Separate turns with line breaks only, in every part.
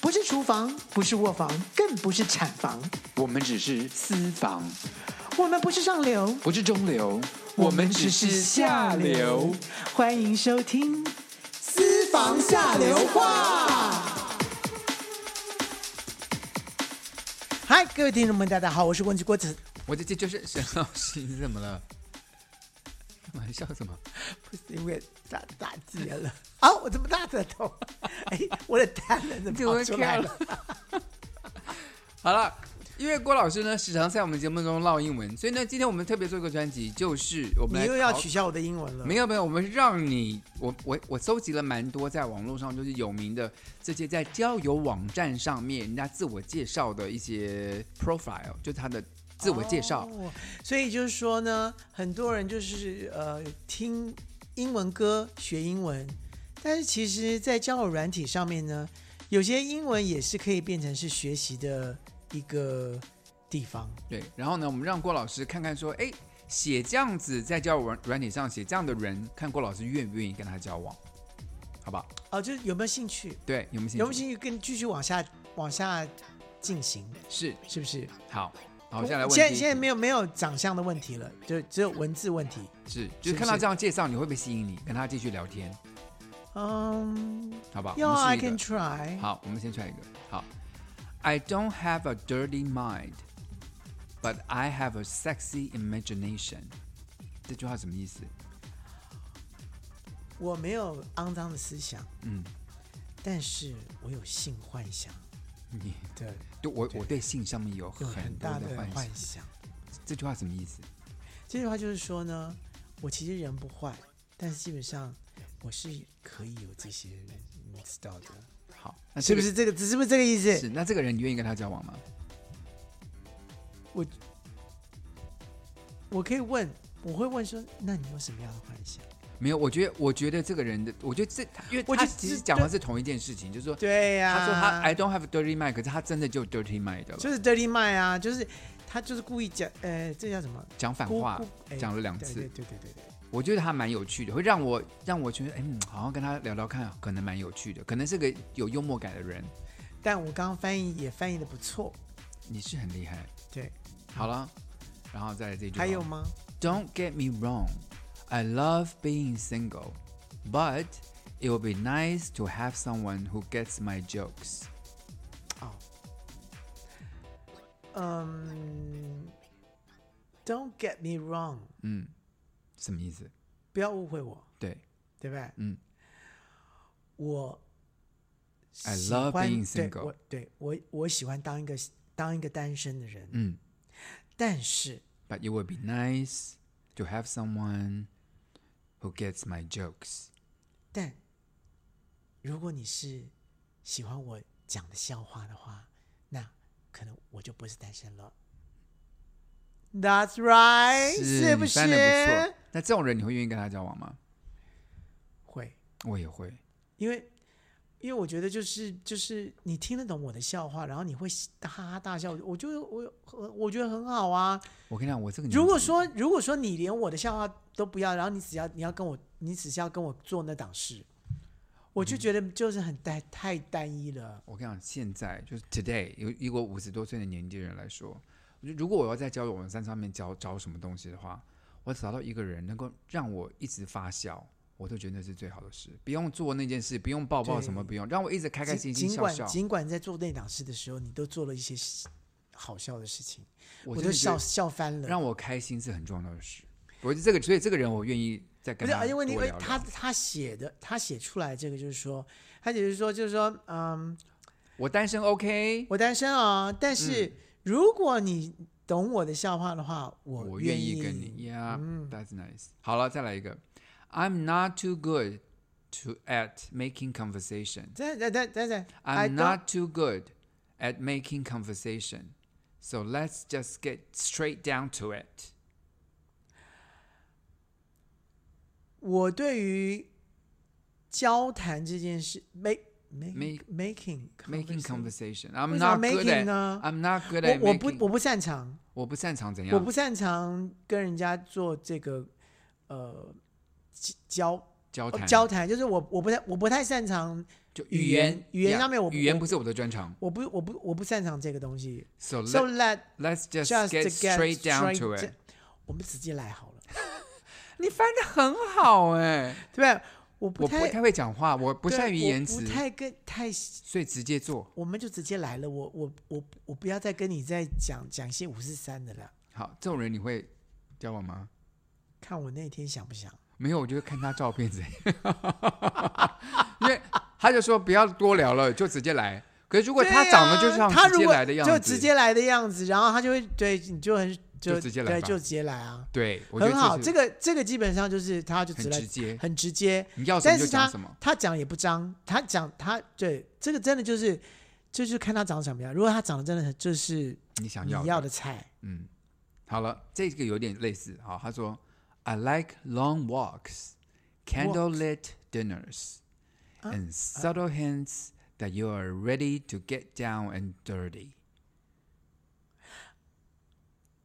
不是厨房，不是卧房，更不是产房，
我们只是私房，
我们不是上流，
不是中流，我们只是下流。。
欢迎收听《私房下流话》。嗨，各位听众们，大家好，我是郭子郭子。
我的这就是沈老师，你怎么了？干嘛笑什么？
不是因为打打结了啊！我这么大舌头， 哎，我的蛋人怎么
哦
跑出来了？
好了，因为郭老师呢时常在我们节目中唠英文，所以呢，今天我们特别做一个专辑，就是我们
你
来
又要
考
取消我的英文了？
没有没有，我们让你我我我搜集了蛮多在网络上就是有名的这些在交友网站上面人家自我介绍的一些 profile，就他的自我介绍。
哦所以就是说呢，很多人就是呃听英文歌学英文，但是其实，在交友软体上面呢，有些英文也是可以变成是学习的一个地方。
对，然后呢，我们让郭老师看看说，哎，写这样子在交友软软体上写这样的人，看郭老师愿不愿意跟他交往，好不好？
哦，就是有没有兴趣？
对，有没有兴趣？
有没有兴趣跟继续往下往下进行？
是
是不是？
好，好，下来问
现在
第一
现在
题
没有没有长相的问题了，就只有文字问题。
是，
是不
就是看到
是
这样介绍，你会不会吸引你跟他继续聊天，
嗯，
好不好？
要
我
I
们试一
can
个。
try。
好，我们先 try 一个。好，I don't have a dirty mind, but I have a sexy imagination。这句话什么意思？
我没有肮脏的思想，
嗯，
但是我有性幻想。
你
对，
对我我对性上面有
有很
很多
大的
的幻
幻
想。
想。
这句话什么意思？
这句话就是说呢，我其实人不坏，但是基本上我是可以有这些你知道的，
好，那
是
这
不
个
是这个？是不是这个意思？
是？那这个人你愿意跟他交往吗？
我可以问，我会问说，那你有什么样的幻想？
没有，我觉得我觉得这个人的，我觉得这，因为
我
他
觉得
其实
这
讲的是同一件事情，就是说，
对呀、
他说他哎 I don't have a dirty mind，可是他真的就 dirty mind 的了，
就是 dirty mind 啊，就是他就是故意讲，呃，这叫什么？
讲反
孤
话
孤哎
讲了两
对
次
对，对对对对，
我觉得他蛮有趣的，会让我让我觉得，哎，嗯好像跟他聊聊看，可能蛮有趣的，可能是个有幽默感的人。
但我刚刚翻译也翻译的不错，
你是很厉害，
对，
好了，然后再来这句话。
还有吗？
Don't get me wrong, I love being single, but it will be nice to have someone who gets my jokes。
哦，嗯，Don't get me wrong，
嗯，什么意思？
不要误会我，
对，
对不对？
嗯，
我
I
喜
love
欢
being
对
single
我对我我喜欢当一个当一个单身的人，
嗯
但是
，But it will be nice to have someone who gets my jokes。
但如果你是喜欢我讲的笑话的话，那可能我就不是单身了。That's right，是不
你
是？
翻得不错。那这种人你会愿意跟他交往吗？
会，
我也会。
因为因为我觉得就是就是你听得懂我的笑话，然后你会哈哈大笑，我就我我我觉得很好啊。
我跟你讲，我这个年纪
如果说如果说你连我的笑话都不要，然后你只要你要跟我你只是要跟我做那档事，我
嗯
就觉得就是很太太单一了。
我跟你讲，现在就是 today，有以我五十多岁的年纪人来说，我觉得如果我要在交友网站上面找找什么东西的话，我找到一个人能够让我一直发笑，我都觉得那是最好的事。不用做那件事，不用抱抱，
对
什么不用，让我一直开开
尽
心心
尽
笑
管
笑。
尽管在做那档事的时候，你都做了一些好笑的事情，我
真
都
的觉
笑
得
笑翻了。
让我开心是很重要的事。我觉得这个，所以这个人我愿意再
不
跟
是，
他
而且
多
问题，因为
聊聊
他他写的，他写出来这个就是说，他只是说，就是说，嗯，
我单身 OK，
我单身啊、但
嗯
是如果你懂我的笑话的话，
我
愿
愿意跟你。Yeah, that's nice. 好了，再来一个。I'm not too good to at making conversation.
等等等等等 I
I'm
don't-
not too good at making conversation. So let's just get straight down to it.
我对于交谈这件事，make make
Make-
making
Making conversation. I'm
为什么
not good at.
making 呢
I'm not good at
我我不
making.
我不擅长。
我不擅长怎
我
样
不擅长跟人家做这个呃交
交
哦
谈、
交谈，就是我我不太我不太擅长，
就
语
语
言语言
yeah，
上面我不
语言不是我的专长。
我不我不我不擅长这个东西。
So
So
let
let
let's just
just
get straight down to
straight
it。
我们直接来好了，
你翻的很好哎，
对不对？我
我
不
不
太
太会讲话，我不
对
善于
我
言
不
辞，
太跟太
所以直接做。
我们就直接来了，我我我我不要再跟你再讲讲一些五四三的了，
好，这种人你会交往吗？
看我那天想不想。
没有，我就会看他照片子， 因为他就说不要多聊了，就直接来。可是如
如
果他长得就像
啊他
直
如
接
果
来的样子，
就直接来的样子，然后他就会对你就很
就直接来
对，
吧
就直接来啊，
对，我觉得
很好。这
个
个这个基本上就是他就直
很
来
直接，
很直接，
你要什
但
么就是讲
他
什么。
他讲也不张，他讲他对这个真的就是就是看他长什么样。如果他长得真的很就是
你想
你
要的
要的菜，
嗯，好了，这个有点类似。好，他说，I like long walks, candlelit dinners,
啊
and subtle hints that you are ready to get down and dirty。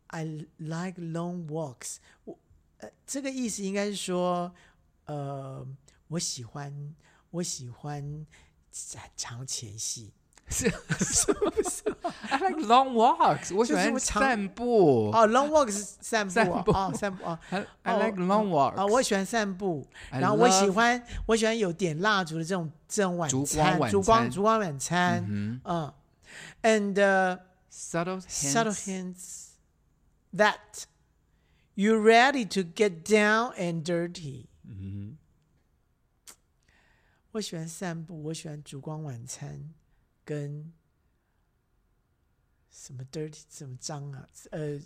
I like long walks 我。呃，这个意思应该是说，呃，我喜欢，我喜欢长前戏。
I like long walks，我喜
就是
欢
我常
散步。
哦，long walk 是散步
散
啊，
步
哦，散步啊，
I I
哦
like long
啊、
walks。
我喜欢散步，
I
然后我喜
love-
欢，我喜欢有点蜡烛的这种这种晚
烛光
餐，
晚
烛光
餐
烛光晚餐，
嗯
嗯，and、uh,
哼 subtle
subtle
hints
hints that you're ready to get down and dirty。嗯
Mm-hmm.
我喜欢散步，我喜欢烛光晚餐，跟什么 dirty 什么脏啊，呃，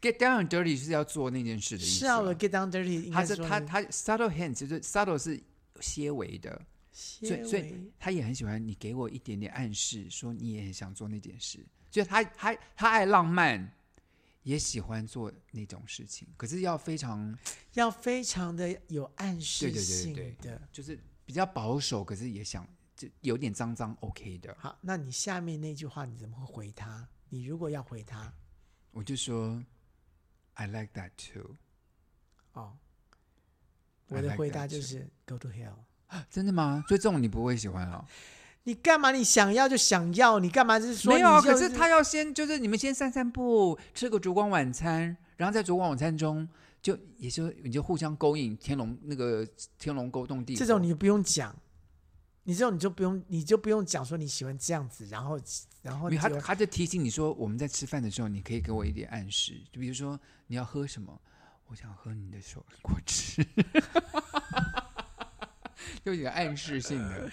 get down and dirty 是要做那件事的意思
是啊，
啊。
我 get down dirty 应
他
该
是
说
他
呢
他 subtle hints 就是 subtle 是些微的，所以，所
些微
以他也很喜欢你给我一点点暗示，说你也很想做那件事。就他，他，他爱浪漫，也喜欢做那种事情，可是要非常
要非常的有暗示
对对对
性的。
对就是比较保守，可是也想就有点脏脏 OK 的。
好，那你下面那句话你怎么会回他？你如果要回他，
我就说，I like that too。
哦，
I
我的
like
回答
that
就
too
是 go to hell。
真的吗？所以这种你不会喜欢哦？
你干嘛？你想要就想要，你干嘛就是说
没有啊，
你就
可是他要先就是你们先散散步，吃个烛光晚餐，然后在烛光晚餐中就也就你就互相勾引，天龙那个天龙勾动地火。
这种你就不用讲，你这种你就不用你就不用讲说你喜欢这样子，然后然后
没
你
有他
就
他就提醒你说，我们在吃饭的时候，你可以给我一点暗示，就比如说你要喝什么，我想喝你的手 果汁，就有点暗示性的。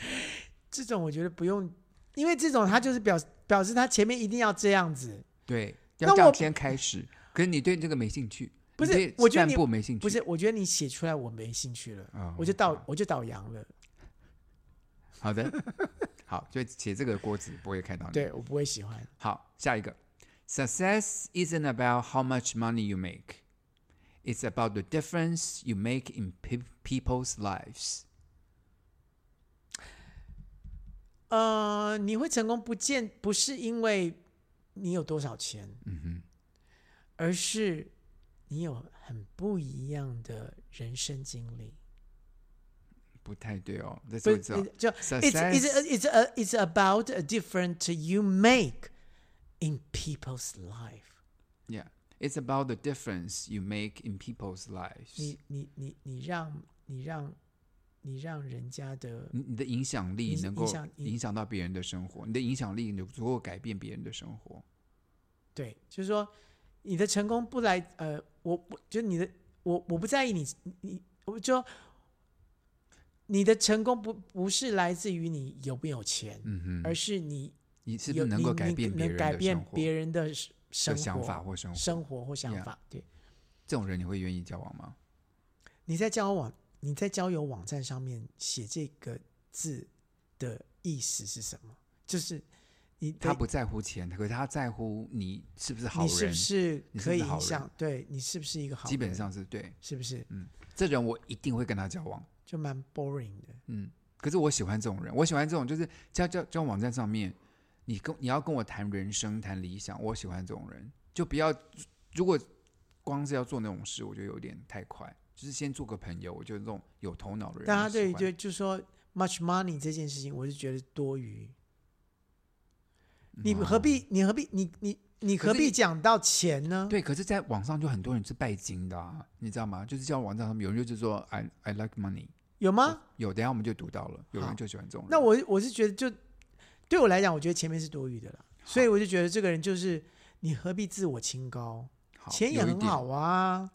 这种我觉得不用，因为这种他就是表表示他前面一定要这样子，
对，
那
要这样
我
先开始。可是你对这个没兴趣，
不
你
是
对
我觉得你
散步没兴趣，
不是？我觉得你写出来我没兴趣了，
哦
啊我就啊倒
好
我就倒洋了。
好的， 好，就写这个锅子不会看到你。
对，我不会喜欢。
好，下一个，Success isn't about how much money you make. It's about the difference you make in pe- people's lives.
呃，你会成功不见不是因为你有多少钱，
嗯哼。
而是你有很不一样的人生经历。
不太对哦，
不
这是
是
我知道。
就 it's it's it's a, it's about a different you make in people's life。
Yeah, it's about the difference you make in people's lives.
你你你你让你让你让人家的
你你的影响力
影
能够
影响影
影响到别人的生活，你的影响力能足够改变别人的生活。
对，就是说你的成功不来呃，我我就你的我我不在意你你我就你的成功不不是来自于你有没有钱，
嗯哼，
而是你
你是不
有
是能够
你
改
你
变别
能
人
改
的生
变
活、
别人的生生
的
活
想法或生活？
生活或想
Yeah
法。对，
这种人你会愿意交往吗？
你在交友网你在交友网站上面写这个字的意思是什么？就是你的
他不在乎钱，可是他在乎你是不是好
你是不
人，
是
你是
可
不
以
是好
影
人
响？对你是不是一个好人？
基本上是对。
是不是
这人我一定会跟他交往。
就蛮 boring 的？
嗯，可是我喜欢这种人，我喜欢这种就是交交交友网站上面，你跟你要跟我谈人生、谈理想，我喜欢这种人，就不要如果光是要做那种事，我觉得有点太快，就是先做个朋友，我觉得这种有头脑的人我喜
大
欢，
家对于就就说 much money 这件事情，我是觉得多余。你
嗯
何必？你何必？你你你
可
何
是
必
你
讲到钱呢？
对，可是，在网上就很多人是拜金的、啊，你知道吗？就是叫网站上面有人就是说 I I like money
有吗？
有，等一下我们就读到了，
啊
有
好
人就喜欢这种人。
那我我是觉得就，对我来讲，我觉得前面是多余的啦，所以我就觉得这个人就是你何必自我清高？
好
钱也
有一
很
点
好啊，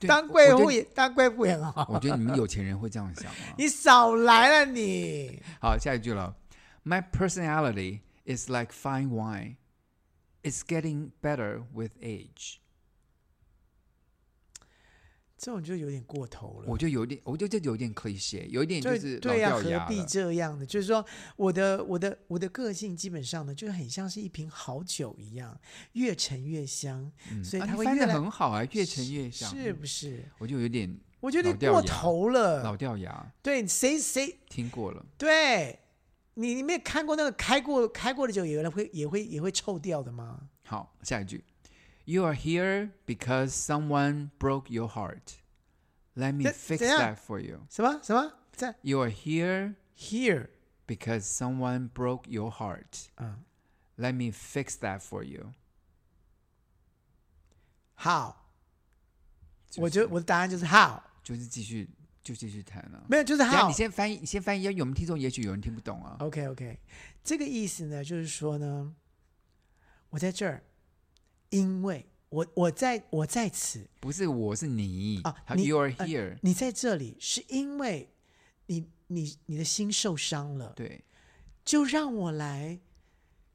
对
当
我
贵
我觉
妇
得
也当贵妇也很好。
我觉得你们有钱人会这样想啊。
你少来了 你，
好，下一句了。My personality is like fine wine. It's getting better with age.
这种就有点过头了
我。就有点，我就这有点 cliche，有一点
对
是老
对呀、
掉
何
牙
必
了。
这样呢？就是说，我的我的我的个性基本上呢，就很像是一瓶好酒一样，越陈越香，
嗯
所以
啊
它
你
会
翻
越
得
来
很好啊，越沉越香。
是呃不是？
我就有点
我觉得
老
你
掉
过
牙
头了
老。掉牙，
对，谁谁
听过了。
对你你没有看过那个开过开过的酒，有人会也会也会臭掉的吗？
好，下一句。You are here because someone broke your heart. Let me
怎
fix
怎样
that for you.
什么什么在
You are here
here
because someone broke your heart.
啊、
Let me fix that for you.
好，
就是
我就我的答案就是好，
就是继续就继续谈了。
没有就是
等一下
好哦
你。先翻译，你先翻译，要有我们听众也许有人听不懂啊。
OK OK，这个意思呢，就是说呢，我在这儿，因为我我在我在此，
不是我是你
啊
他
你
You are
呃
here，
你在这里是因为你你你的心受伤了，
对，
就让我来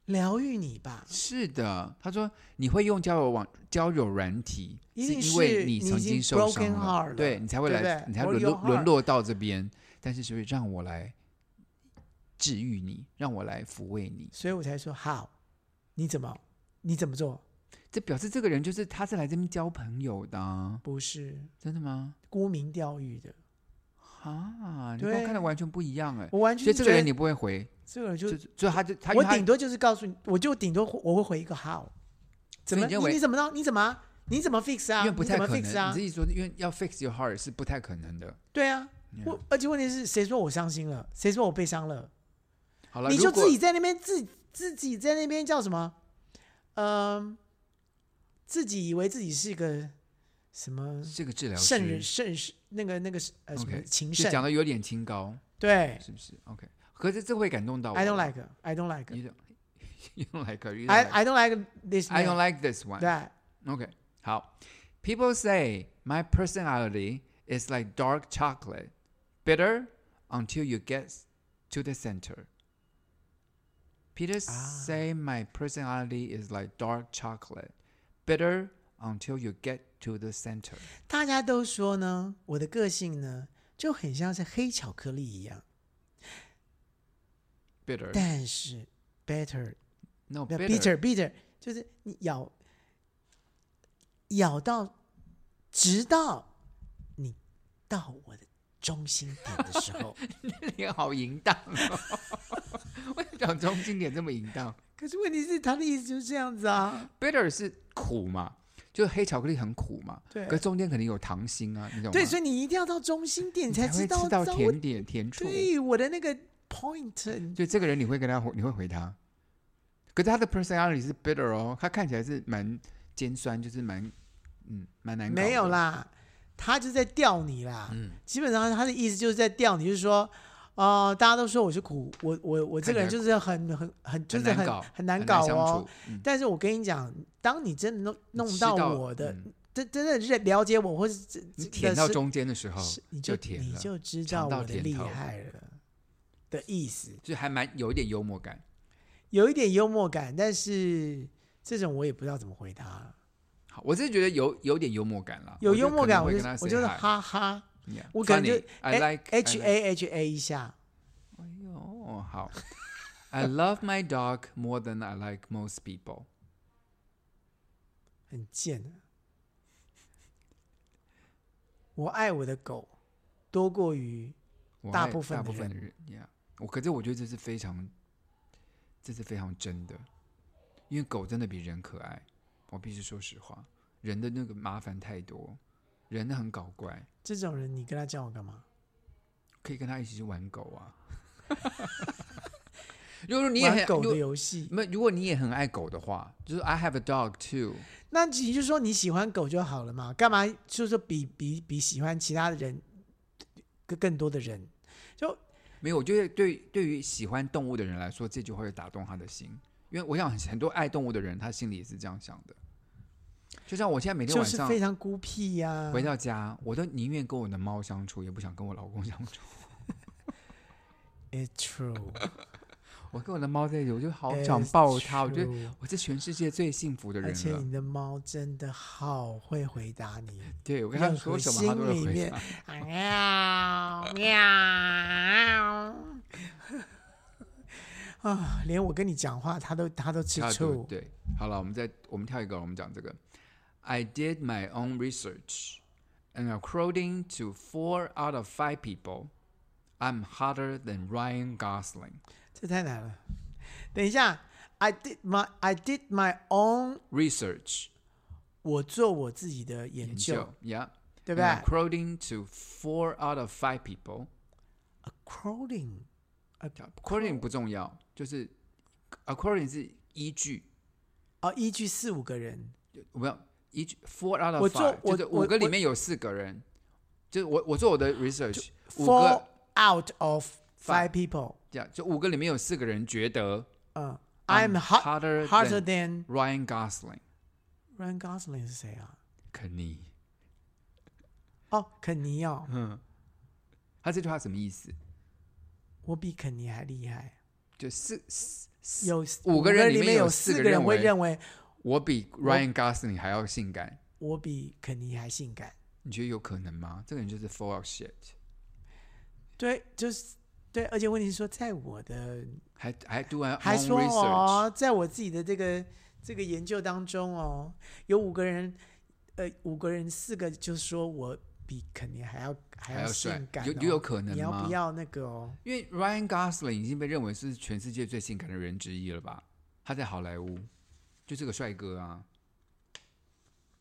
疗愈你吧。
是的。他说你会用交友网交友软体，
一
是
定
因
是
为
你已
曾经
经
受伤
broken heart 了
对你才会
对不
来，
对
你才
Broke
沦
your
落沦
heart
落到这边。但是是不是让我来治愈你，让我来抚慰你？
所以我才说好，你怎么你怎么做？
这表示这个人就是他是来这边交朋友的啊、
不是
真的吗？
沽名钓誉的，
啊，你跟我看
对
的完全不一样哎、
我完全
所以这个人
你
你不会回，
这个人就
就就他就他因
我
为他
顶多就是告诉你，我就顶多我会回一个 how，怎么
所以你认为
你怎么弄？你怎么啊你怎么 fix 啊？
因为不太
你
可
怎么
能。
fix 啊
你自？己说，因为要 fix your heart 是不太可能的。
对啊，
Yeah
我而且问题是谁说我伤心了？谁说我被伤了？
好了，
你
如
就
果
自己在那边自自己在那边叫什么？嗯、自己以为自己是个什么
这个治疗师
圣人圣那个那个呃什么
OK，
情
就讲
圣？
的有点清高，
对
是不是？OK，可是这会感动到我。
，I don't like it, I don't like it,
you don't you don't like her, you don't like-
I I don't like this.
I don't
man.
like this one.
对
OK，好，People say my personality is like dark chocolate, bitter until you get to the center. People say my personality is like dark chocolate, bitter until you get to the center.
大家都说呢，我的个性呢就很像是黑巧克力一样，
Bitter,
但是 better
no
不要
bitter.
bitter bitter 就是你咬咬到，直到你到我的中心点的时候。
脸好淫荡、哦，为什么讲中心点这么淫荡
可是问题是，他的意思就是这样子啊。
？Bitter 是苦嘛，就是黑巧克力很苦嘛，
对
可是中间肯定有糖心啊，你懂吗？
对，所以你一定要到中心点
你
才
会
知道
吃到
糟
甜点甜处。
对我的那个 point。
就这个人，你会跟他回，你会回他。可是他的 personality 是 bitter 哦，他看起来是蛮尖酸，就是蛮嗯蛮难搞。
没有，啦，他就在吊你啦。
嗯
基本上他的意思就是在吊你，就是说，呃，大家都说我是苦，我我我这个人
看起
就是很很很就是
难
很
搞，
很
难
难搞
相
哦。
处。嗯
但是我跟你讲，当你真的弄弄
吃
到
到
我的，
嗯
真真的认了解我，或是这
你
这
舔
的
到
是
中间的时候
是，你
就
就
甜
你
了
就知道
尝到
我的
甜
厉
头
害了的意思，
就还蛮有一点幽默感。
有一点幽默感，但是这种我也不知道怎么回答了。
好，我是觉得有有点幽默感啦，
有
我就
幽
可
默
能
感，我
会
就
跟他
我
say
就是
hi
哈哈
Yeah，
我可能
funny，
就哎
I like I
H
like-
A H A 一下，
哎呦，好。I love my dog more than I like most people.
很贱啊。我爱我的狗多过于
我
大
爱
部分
大
的
部分的人，Yeah，我可是我觉得这是非常，这是非常真的，因为狗真的比人可爱，我必须说实话，人的那个麻烦太多，人很搞怪，
这种人你跟他交往干嘛？
可以跟他一起去玩狗啊。 如果你也
玩
很
狗
如
的
果
游戏，
没有如果你也很爱狗的话，就是 I have a dog too。
那你就说你喜欢狗就好了嘛，干嘛就是说比比比喜欢其他的人更更多的人？
没有，我觉得对对于喜欢动物的人来说，这句话会打动他的心，因为我想很很多爱动物的人，他心里也是这样想的。就像我现在每天
就
晚
是
上
非常孤僻呀、
回到家，我都宁愿跟我的猫相处，也不想跟我老公相处。
It's true，
我跟我的猫在一起，我就好
It's
想抱它，我觉得
哎 true
我是全世界最幸福的人
而且
了。
你的猫真的好会回答你，
对我跟他
任
说
何
什么，他都
心里
会回
面啊
答。
喵喵 啊！连我跟你讲话，它都它都吃
他都
醋。
对，好了，我们再我们跳一个，我们讲这个。I did my own research, and according to four out of five people, I'm hotter than Ryan Gosling.
这太难了。等一下，I did my I did my own，
Research
我做我自己的研
研
究，
究，Yeah，嗯
对不
And
对
According to four out of five people,
？According
according 不重要，就是 according 是依据，
哦，依据四五个人，
我要依据 four out
我
of
做
five，
我
就是
我
五个里
我
面有四个人，就是我我做我的 research，五
f o u r
个
out of five
Five
people，
这样，就五个里面有四个人觉得。
嗯
I'm
，I'm hot
hotter
harder than
than Ryan Gosling，
Ryan Gosling 是谁啊？
肯尼。
哦，肯尼哦，
嗯，他这句话什么意思？
我比肯尼还厉害。
就四四四，
有
五个人
人
里面
面
有
四
四个
个人
认
会
为
认为
我比 Ryan Gosling 还要性感，
我比肯尼还性感。
你觉得有可能吗？这个人就是 full of shit，
对，就是对，而且问题是说，在我的
还还 do an
还
own
说
research，
哦，在我自己的这个这个研究当中哦，有五个人，呃，五个人四个就说我比肯尼还要
还
还
要帅
性感、，哦，
有有可能
你要
吗
不？要那个哦？
因为 Ryan Gosling 已经被认为是全世界最性感的人之一了吧？他在好莱坞就是个帅哥啊，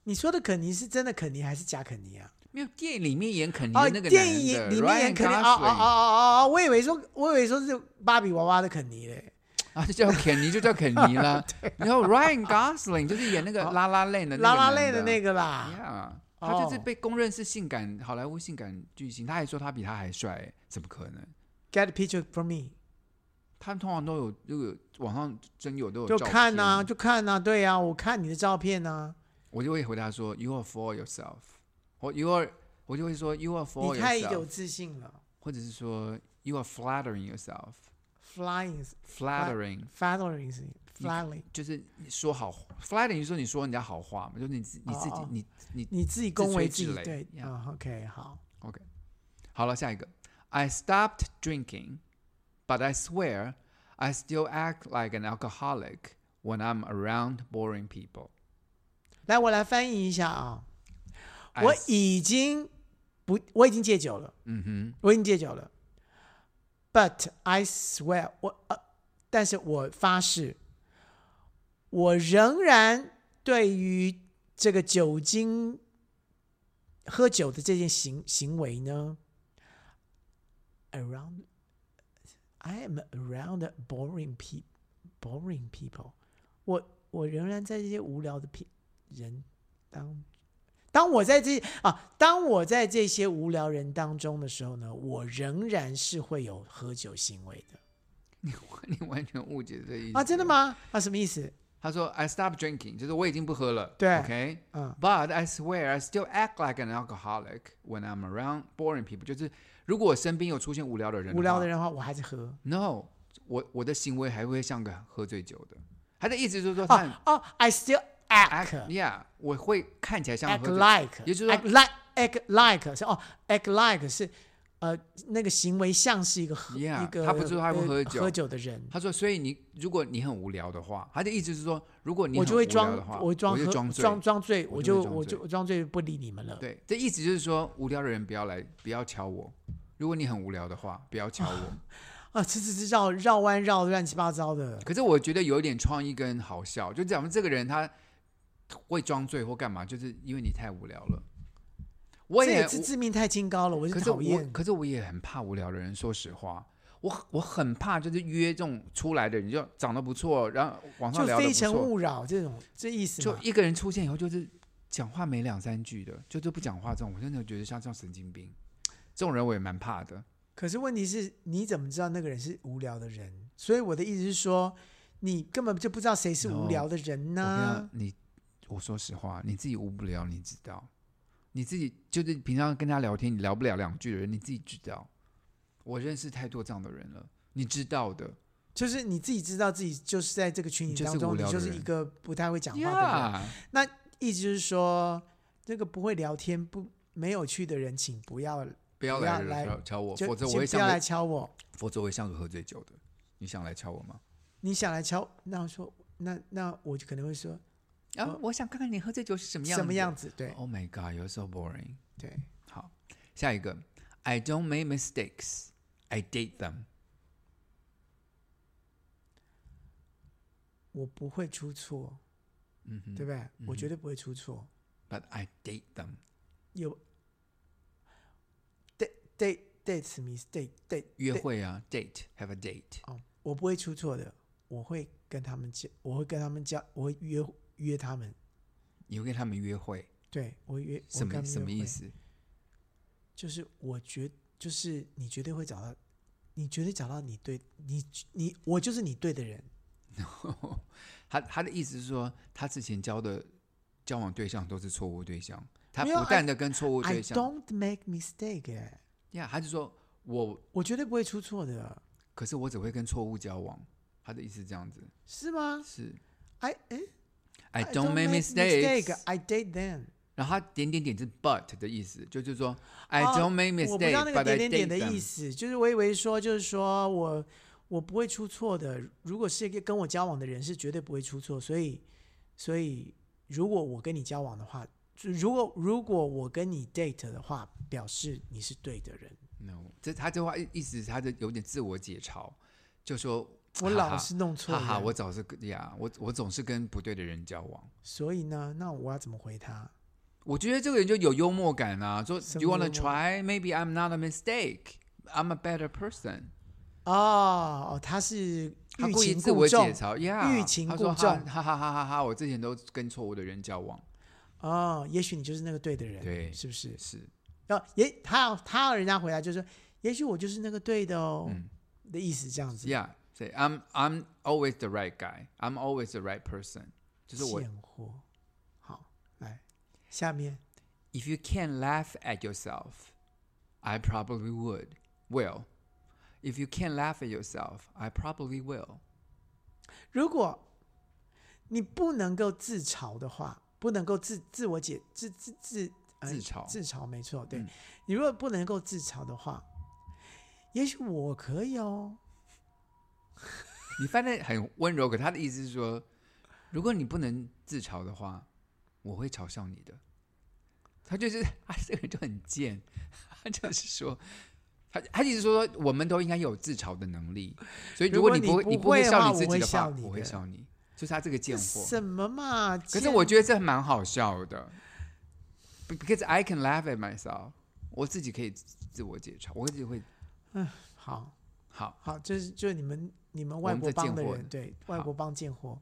你说的肯尼是真的肯尼还是假肯尼啊？
没有电影里面演肯尼的
哦，
那个
电
男
影
的
里面演
Ryan
肯尼，哦哦
Gosling
哦哦哦，我以为说，我以为说是芭比娃娃的肯尼嘞。
啊，就叫肯尼就叫肯 尼啦。然后 Ryan Gosling 就是演那个
哦
拉拉类的
拉拉类的那
那
个
个
啦
男的
哦
，Yeah，他就是被公认是性感好莱坞性感巨星。他还说他比他还帅，怎么可能？
，Get a picture for me，
他们通常都有都有网上真有都有
就
Oh，照
看啊呐、
片啊
就看呐、对呀、我看你的照片呐、
我就会回答说 You are for yourself，或 You are，我就会说 You are for
你太有
yourself，
自信了
或者是说 You are flattering yourself，flattering
，flying flattering 是 flying，
就是你说好，flattering 就是说你说人家好话嘛，就是你自你自己
哦哦
你你
你自己恭维
自
自己
吹自擂
对
Yeah
啊、o k 好，
OK，好了，下一个。I stopped drinking, but I swear I still act like an alcoholic when I'm around boring people.
来我来翻译一下啊，
I
我
s-
已经不，我已经戒酒了，
嗯哼，
我已经戒酒了，But I swear，我呃，但是我发誓，我仍然对于这个酒精喝酒的这件行行为呢，around I am around the boring people boring people，我我仍然在这些无聊的屁人当。当我在这啊，当我在这些无聊人当中的时候呢，我仍然是会有喝酒行为的
你完全误解这意思
啊，真的？吗？啊，什么意思？
他说 I stopped drinking，就是我已经不喝了。
对
，OK。
嗯
But I swear I still act like an alcoholic when I'm around boring people。就是如果我身边有出现无聊的人，
无聊的人的话，我还是喝。
，No，我我的行为还会像个喝醉酒的。他的意思就是说他很
哦哦，I still act
act，yeah，我会看起来像
act
喝醉
like，
也就是说
act like act like 是哦，act like 是呃那个行为像是一个喝
Yeah，
一个
他不知道他会
呃
喝酒
喝酒的人，
他说，所以你如果你很无聊的话，他的意思是说，如果你
我
很
就会
无聊
装
的话，，
我装
就
喝
装醉。
装装醉，我
就
就
会
我
装醉
就装醉不理你们了。
对，这意思就是说，无聊的人不要来，不要敲我。如果你很无聊的话，不要敲我。
啊，这这这绕绕弯绕乱七八糟的。
可是我觉得有一点创意跟好笑，就假如这个人他会装醉或干嘛，就是因为你太无聊了。我
这
也
也是致命太清高了，我
可
是
是
讨
我
厌。
可是我也很怕无聊的人，说实话。我我很怕，就是约这种出来的人，就长得不错，然后网上
就
聊的
非
不
诚
错，
勿扰这种这意思
就
嘛？
一个人出现以后，就是讲话没两三句的，就都不讲话这种，我真的觉得像这种神经病，这种人我也蛮怕的。
可是问题是，你怎么知道那个人是无聊的人？所以我的意思是说，你根本就不知道谁是无聊的人
我
呢、
跟你讲你，我说实话，你自己无不了，你知道，你自己就是平常跟他聊天，你聊不了两句的人，你自己知道。我认识太多这样的人了，你知道的。
就是你自己知道自己就是在这个群
你
体
就是
当中，
无
你
聊的
就是
人
一个不太会讲话的人。
呀，
意思就是说，这个不会聊天、不没有趣的人，请不要
不要
不要来
来敲敲我，
就
否则我
先
会
不要
像
来
个，
敲我。
否则我会像个喝醉酒的。你想来敲我吗？
你想来敲，那我说那那我就可能会说
啊
我，
我想看看你喝醉酒是什么样
什么样
子。
子？对
Oh my god, you're so boring.
对，
好，下一个，I don't make mistakes, I date them.
我不会出错，
嗯哼
对不对？我
嗯
绝对不会出错。
，But I date them.
有 date date date mistake date
约
date-
会啊，date, have a date.
哦，我不会出错的，我会跟他们交，我会跟他们交，我会约约他们，
你会跟他们约会，
对我会约
什么什
我会跟他
么意？
们约会
思？
就是我绝，就是你绝对会找到，你绝对找到你对你你我就是你对的人，
他他的意思是说，他之前交的交往对象都是错误对象，他
没有
不断的跟错误
I
对象。
don't make mistake，哎
呀，他就说我，
我绝对不会出错的，
可是我只会跟错误交往。他的意思是这样子，
是吗
是
？I 哎
I don't make
mistake,
mistakes。
I date them。
然后他点点点是 but 的意思，就是说 I
哦
don't make
我不知
mistakes，
道那个
but
点
I
点
date
点的意
them。
思，就是我以为说，就是说我我不会出错的。如果是一个跟我交往的人，是绝对不会出错。所以，所以如果我跟你交往的话，就如果如果我跟你 date 的话，表示你是对的人。
No，这他这话意意思，他的有点自我解嘲，就说
我
哈
老
哈
是弄错
哈
人，
哈，我总是跟呀，我我总是跟不对的人交往。
所以呢，那我要怎么回他？
我觉得这个人就有幽默感啊，说
什
Do you
么
wanna
幽默
try? Maybe I'm not a mistake. I'm a better person.
哦哦，他是
他
欲
故意
擒
自
故
我解
纵
嘲，Yeah，
欲擒
他
故
说哈
纵
哈哈哈哈哈！我之前都跟错误的人交往，
哦，也许你就是那个对的人，
对
是不是？
是
然后也他要他要人家回答就是说，也许我就是那个对的哦、
嗯
的意思，这样子。
Yeah，所以 I'm I'm always the right guy. I'm always the right person. 就是我
现货。好，来下面
，If you can't laugh at yourself, I probably would. Will. If you can't laugh at yourself, I probably will.
如果你不能够自嘲的话，不能够自自我解自自自、呃、
自嘲
自嘲没错，对、
嗯
你如果不能够自嘲的话，也许我可以哦。
你翻的很温柔，可他的意思是说，如果你不能自嘲的话，我会嘲笑你的。他就是 他这个人就很贱，他就是说，他他意思是说，我们都应该有自嘲的能力。所以
如
如果
果
你不
你
会
不
你不会
会的话
笑你自
我会
己的话，
笑你
我会
的啊
笑你，就是他这个
这
贱货。
什么嘛？
可是
贱
我觉得这蛮好笑的，be-，because I can laugh at myself，我自己可以自自我解嘲，我自己会
好
好。
好，就是就是你们你们
我
外
们
国
这贱
帮的
货
人，
的
对外
好
国帮贱货，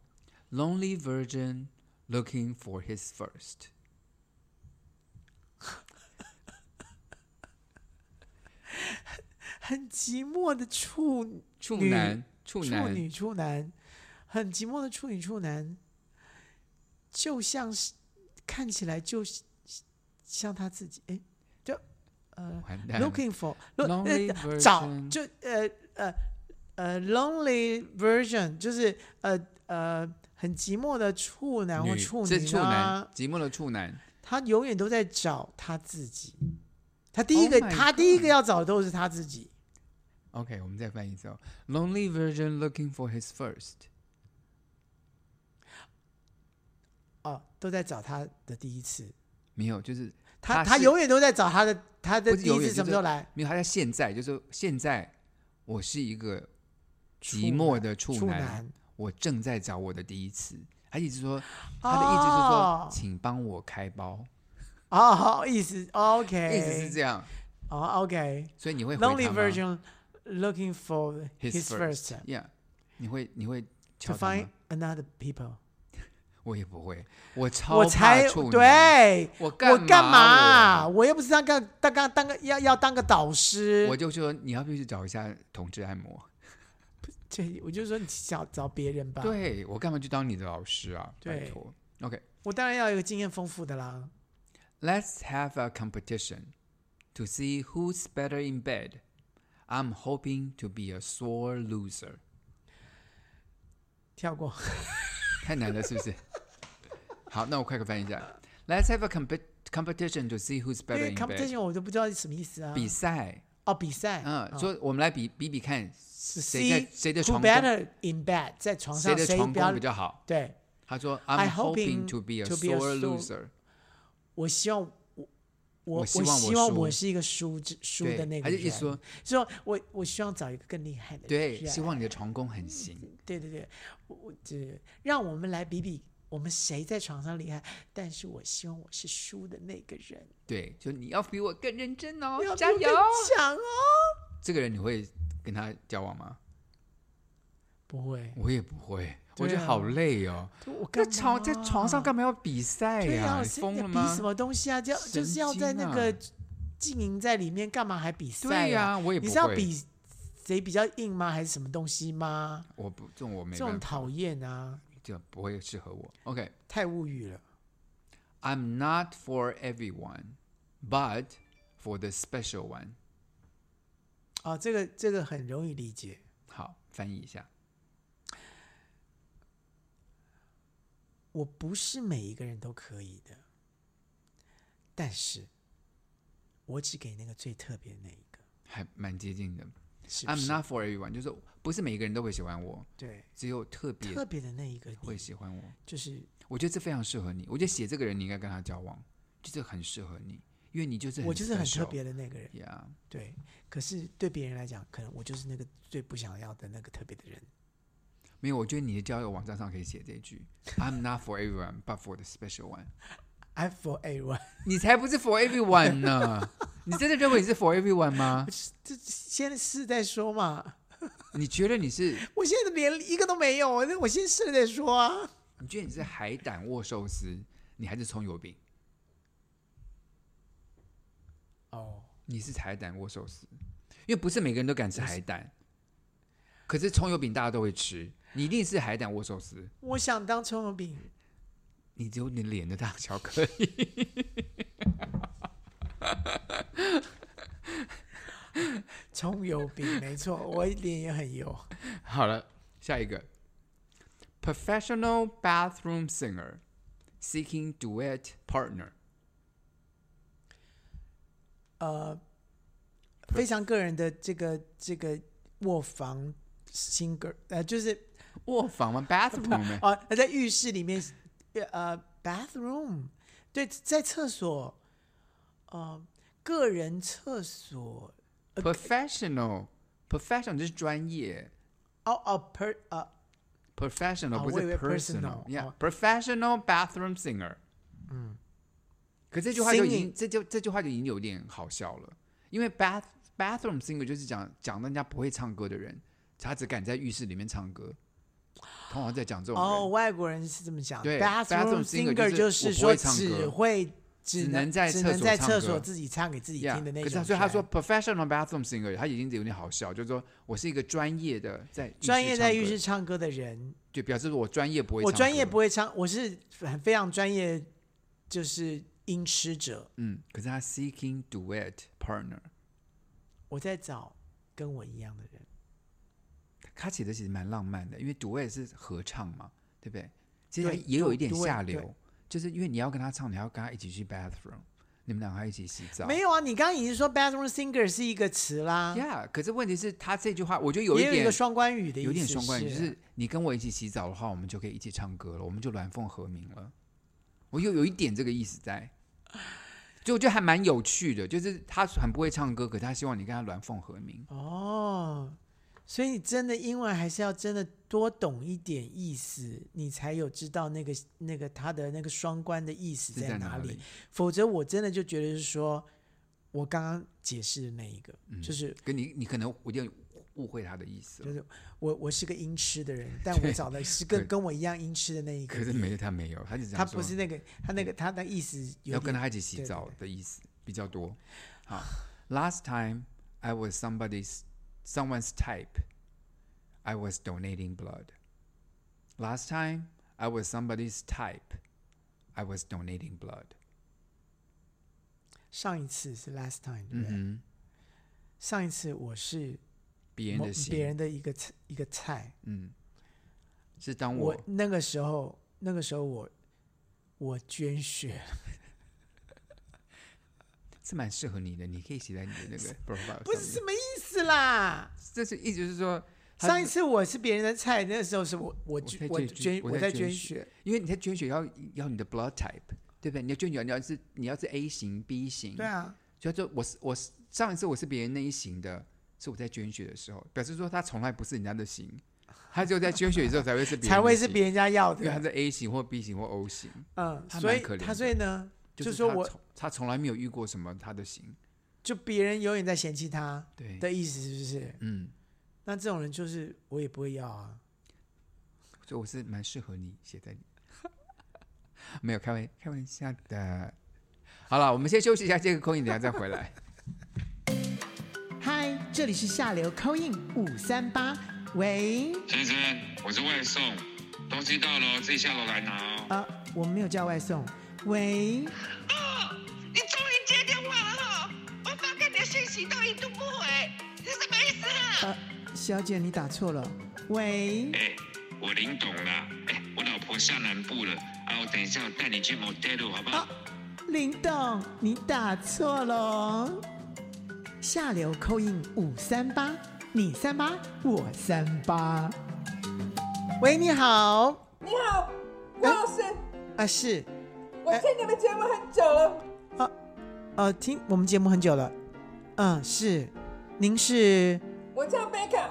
Lonely virgin looking for his first。
很寂寞的处
处
女
男，处
处
男，
女处男，很寂寞的处女处男，就像是看起来就是像他自己，哎，就呃
完蛋了。
，looking for look-
哎 Lonely
呃找
virgin
就呃呃呃 lonely version 就是呃呃很寂寞的处男或
女
处
这
女
处男
啊，，
寂寞的处男。
他永远都在找他自己，他第一
Oh
个
my
他第一个
God
要找的都是他自己，
OK，我们再翻译一次哦。Lonely virgin looking for his first。
哦，都在找他的第一次。
没有，就是
他
他
他
是
永远都在找他的他的
不是
第一
永
次
远
什么
就是
时候来？
没有。他在现在，就是现在，我是一个
处
寂寞
男
的处
处
男，
男，
我正在找我的第一次。他一直说，他的意思是说，
哦
请帮我开包。
哦，好意思，OK，
意思是这样，
哦，OK。
所以你会回
哎 Lonely
他吗
virgin looking for
His
his
first
first to
？Yeah，你会你会敲他
find
吗？
another people。
我也不会，我超
我才
怕处女，
对，
我干
我干
嘛
嘛？我又不是当个当当当个要要当个导师
我？我就说你要不要去找一下同志按摩？
对，我就说你找找别人吧。
对我干嘛去当你的老师啊？拜
对
托，OK。
我当然要有一个经验丰富的啦。
Let's have a competition to see who's better in bed. I'm hoping to be a sore loser.
跳过，
太难了，是 不是？好，那我快快翻译一下。Let's have a compe- competition to see who's
因
better
为
in bed.
competition 我都不知道是什么意思啊。
比赛，
哦，比赛，
嗯，说我们来比比比看，谁在
see
谁的
who
床功
better in bed，在床
谁
上
的
谁
床
比较
功比较好。
对。
他说
I
I'm
hoping
hoping to be a
to be a
sore
sore-
loser。
我希望我我
我希望我
希望
输
我是一个输之输
对
的那个
他就
人，
一说，
说我我希望找一个更厉害的人，啊
对，希望你的床功很行。
对对对，我我这让我们来比比我们谁在床上厉害，但是我希望我是输的那个人，
对，就你要比我更认真哦
不要，比
加
我更
油！
强哦，
这个人你会跟他交往吗？
不会，
我也不会，
对
我觉得
啊
好累哦。
我
在
干
床在床上
嘛
干嘛要比赛
啊对
呀？
啊，
你
是
疯
在
了
比
吗
什？么东西啊？就就
神
是要在
经
那
啊
个经营在里面，干嘛还比赛
对
呀、
呀，我也
你
不
是要
会。
比谁比较硬吗？还是什么东西吗？
我不这种我没
这
办
种
法，
讨厌啊，
就不会适合我。OK，
太无语了。
I'm not for everyone, but for the special one。
啊，这个这个很容易理解。
好，翻译一下。
我不是每一个人都可以的，但是我只给那个最特别的那一个，
还蛮接近的
是不
，I'm
是
not for everyone，就是不是每一个人都会喜欢我，
对，
只有特别
特别的那一个你，
会喜欢我。
就是
我觉得这非常适合你。我觉得写这个人，你应该跟他交往，就是很适合你，因为你就是
我就是很特
special
别的那个人。
Yeah，
对，可是对别人来讲，可能我就是那个最不想要的那个特别的人。
没有，我觉得你的交友网站上可以写这一句：“I'm not for everyone, but for the special one。
I'm for everyone。”
你才不是 for everyone 呢！你真的认为你是 for everyone 吗？
这先试再说嘛，
你觉得你是？
我现在连一个都没有，那我先试了再说啊。
你觉得你是海胆握寿司，你还是葱油饼？
哦，
你是海胆握寿司，因为不是每个人都敢吃海胆，可是葱油饼大家都会吃，你一定是海胆握寿司。
我想当葱油饼，
你只有你脸的大小可以。
葱油饼没 错，我脸也很油。
好了，下一个，professional bathroom singer seeking duet partner。
非常个人的这个这个卧房 singer，呃，就是
卧房吗？bathroom 哦欸吗
哦，在浴室里面，呃，bathroom，对，在厕所，呃，个人厕所，
？professional professional 就是专业
哦哦，per 呃，
，professional
哦
不
我以为
是
personal，
Yeah,
哦
professional bathroom singer。嗯，可这句话就已
Singing
经这就这句话就已经有点好笑了，因为 bath bathroom singer 就是讲讲人家不会唱歌的人，他只敢在浴室里面唱歌，通常在讲这种人。
哦，外国人是这么讲
对
，bathroom
bathroom singer
就
就是我不
说
会唱
只
歌
会只
只能在
只
厕
能
所
在
唱
厕
歌
所自己唱给自己
Yeah，
听的那
可是他
种。
所以他说 professional bathroom singer，他已经有点好笑，就是说我是一个专业的在浴室
专业
唱
在
歌
浴
的
室，唱歌的人，
就表示我专业不会，
我专业不
会，
会唱，我是很非常专业，就是音痴者。
嗯，可是他 seeking duet partner，
我在找跟我一样的人。
他写的其实蛮浪漫的，因为 duet 是合唱嘛，对不对？其实
对
也有一点
duet，
下
对
流，就是因为你要跟他唱，你还要跟他一起去 bathroom，你们两个还一起洗澡，
没有啊，你刚刚已经说 bathroom singer 是一个词啦
？Yeah，可是问题是，他这句话我觉得有
也
一
有一
点
个双关语的意思，
有点双关语，就是是你跟我一起洗澡的话，我们就可以一起唱歌了，我们就鸾凤和鸣了。我又有一点这个意思在，就我觉得还蛮有趣的，就是他很不会唱歌，可他希望你跟他鸾凤和鸣。
哦，所以你真的英文还是要真的多懂一点意思，你才有知道那个那个它的那个双关的意思
是在
哪
里？
否则我真的就觉得是说，我刚刚解释的那一个，
嗯
就是
跟你你可能有点误会他的意思了
就，是我我是个音痴的 人，但我
对
找的是跟
可
跟我一样音痴的那一个
可是，没有他没有，他只
他
想
不
说嗯
是那个他那个他的意思有
要跟
点
他一起洗
对对
澡的意思比较多。好，Last time I was somebody's someone's type, I was donating blood. Last time I was somebody's type, I was donating blood.
上一次是 last time，对
嗯
不对？
哼，
上一次我是
别人
某
的
别
心，
人的一个菜一个菜，
嗯，是当
我
我
那个时候那个时候我我捐 血，
是蛮适合你的，你可以写在你的那个 profile
不是
上
什
面
么意思啦？
这是意思就是说，他
上一次我是别人的菜，那时候是我我
我
捐
在
我
捐
捐
我
我在
在捐
捐
血
血，
因为你在捐血要要你的 blood type，对不对？你要捐血，你要是你要是 A 型、B 型，
对啊，
所以他说我是我是上一次我是别人那一型的，是我在捐血的时候，表示说他从来不是人家的型，他只有在捐血的时候才会是别人的型
才会是别人家要
因为他
的，
在 A 型或 B 型或 O 型，
嗯，
他
所以
蛮可怜
他
的
所以呢，就是说
他
我
从他从来没有遇过什么他的型，
就别人永远在嫌弃他
对，
的意思是不是？
嗯，
那这种人就是我也不会要啊，
所以我是蛮适合你写在你， 没有开玩开玩笑的。好了，我们先休息一下，接个空音，等一下再回来。
嗨，这里是下流 c i n 五三八，喂，
先生，我是外送，东西到了哦自己下楼来拿哦。
啊，我们没有叫外送，喂，
哦，你终于接电话了哈、我发给你的信息都一度不回，你什么意思啊？
呃，小姐你打错了，喂，
哎、我领懂了，哎、我老婆下南部了，啊，我等一下我带你去 motel 好不好？
啊，林董你打错了哦，下流 c i 五三八，你三八我三八，喂，你好，
你好，刘老师，
啊是，
我听你们节目很久了，
啊，呃，听我们节目很久了，嗯，是，您是
我叫贝卡。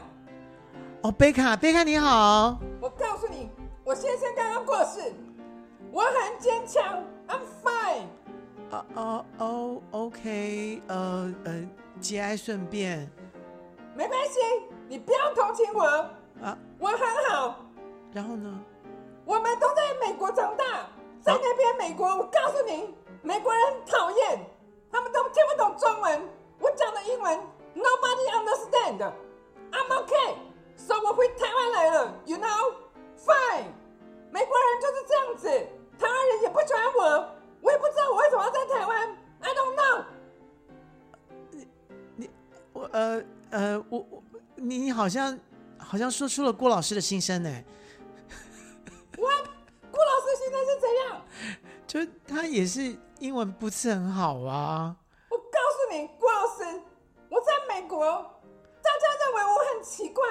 哦，贝卡，贝卡你好，
我告诉你，我先生刚刚过世，我很坚强，I'm fine。
哦哦哦，OK，呃呃，节哀顺变
没关系，你不要同情我，
啊，
我很好。
然后呢？
我们都在美国长大，在那边美国，我告诉你，美国人很讨厌，他们都听不懂中文，我讲的英文，nobody understand。I'm okay，所、以我回台湾来了，you know，fine。美国人就是这样子，台湾人也不喜欢我，我也不知道我为什么要在台湾，I don't know。
我呃呃，我我你你好像好像说出了郭老师的心声呢，
What？顾老师现在是怎样？
就他也是英文不是很好啊，
我告诉你，郭老师，我在美国，大家认为我很奇怪，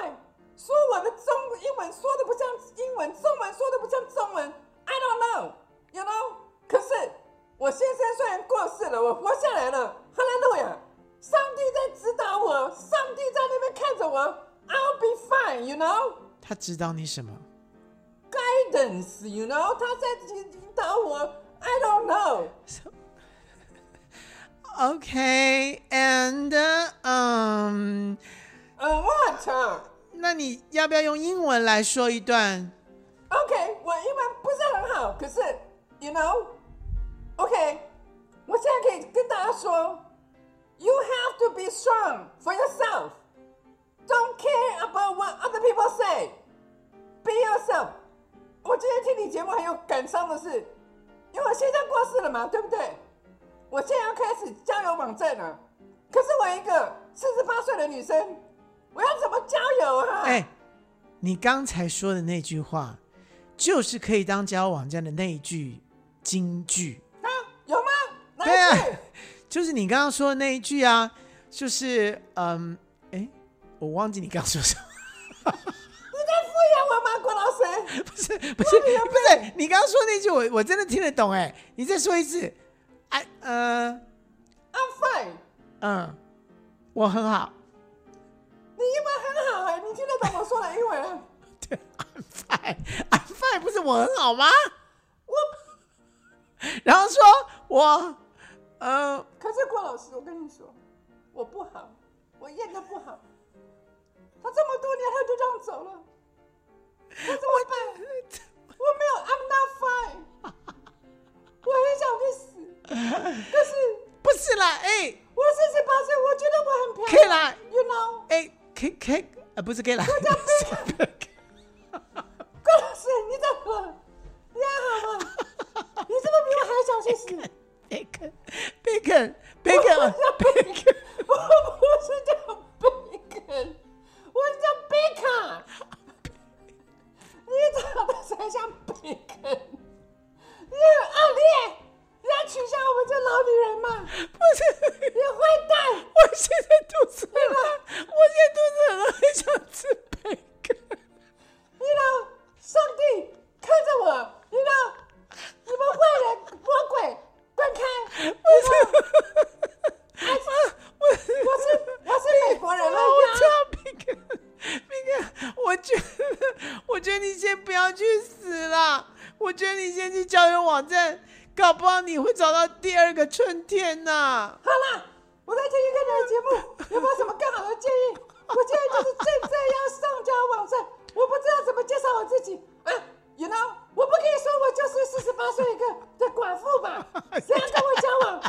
说我的中英文说的不像英文，中文说的不像中文。I don't know, you know。可是我先生虽然过世了，我活下来了，哈利路亚！上帝在指导我，上帝在那边看着我。I'll be fine, you know.
他指导你什么？
Guidance, you know，他在引导我。I don't know.
OK，and、嗯，
嗯，我很强。
那你要不要用英文来说一段？
OK，我英文不是很好，可是，you know，OK，、我现在可以跟大家说，You have to be strong for yourself. Don't care about what other people say. Be yourself. 我今天听你节目很有感伤的是，因为我先生过世了嘛，对不对？我现在要开始交友网站了，可是我一个四十八岁的女生，我要怎么交友啊？
哎、你刚才说的那句话，就是可以当交友网站的那一句金句，
啊，有吗？哪一
对啊
句？
就是你刚刚说的那一句啊，就是嗯，哎、我忘记你刚刚说什么，
敷衍我吗，郭老师？
不是 不是不是，你刚刚说那句我我真的听得懂哎、你再说一次，哎、呃
I'm fine，
嗯，我很好，
你英文很好哎、你去
我很好吗？我， 然后说我， 呃，
可是郭老师，我跟你说，我不好，我演的不好。他这么多年他就这样走了，我怎么办？我没有 I'm not fine，我很想去死，可是
不是啦，哎
我四十八岁，我觉得我很漂亮。
可以啦
，You know，
哎，K K，呃，不是 gay 啦，
郭老师，你怎么了？你还好吗？你是不是比我还想去死？
贝肯，贝肯，贝肯，
我不是叫贝肯，我是叫贝卡。你长得才像贝肯，你很恶劣，你要取笑我们这老女人吗？
不是，
你坏蛋！
我现在肚子饿了，我现在肚子饿了，很想吃贝肯。
你呢？上帝看着我，你呢？你们坏人魔鬼，滚开！
我
我是我是美国人了
啊我
呀
知！道贝肯，贝肯，我觉得，我觉得你先不要去死啦，我觉得你先去交友网站，搞不好你会找到第二个春天呐、
好啦，我在听一个你的节目，有没有什么更好的建议？我现在就是正在要上交网站，我不知道怎么介绍我自己啊。You know，我不可以说我就是四十八岁一个的寡妇吧？谁要跟我交往？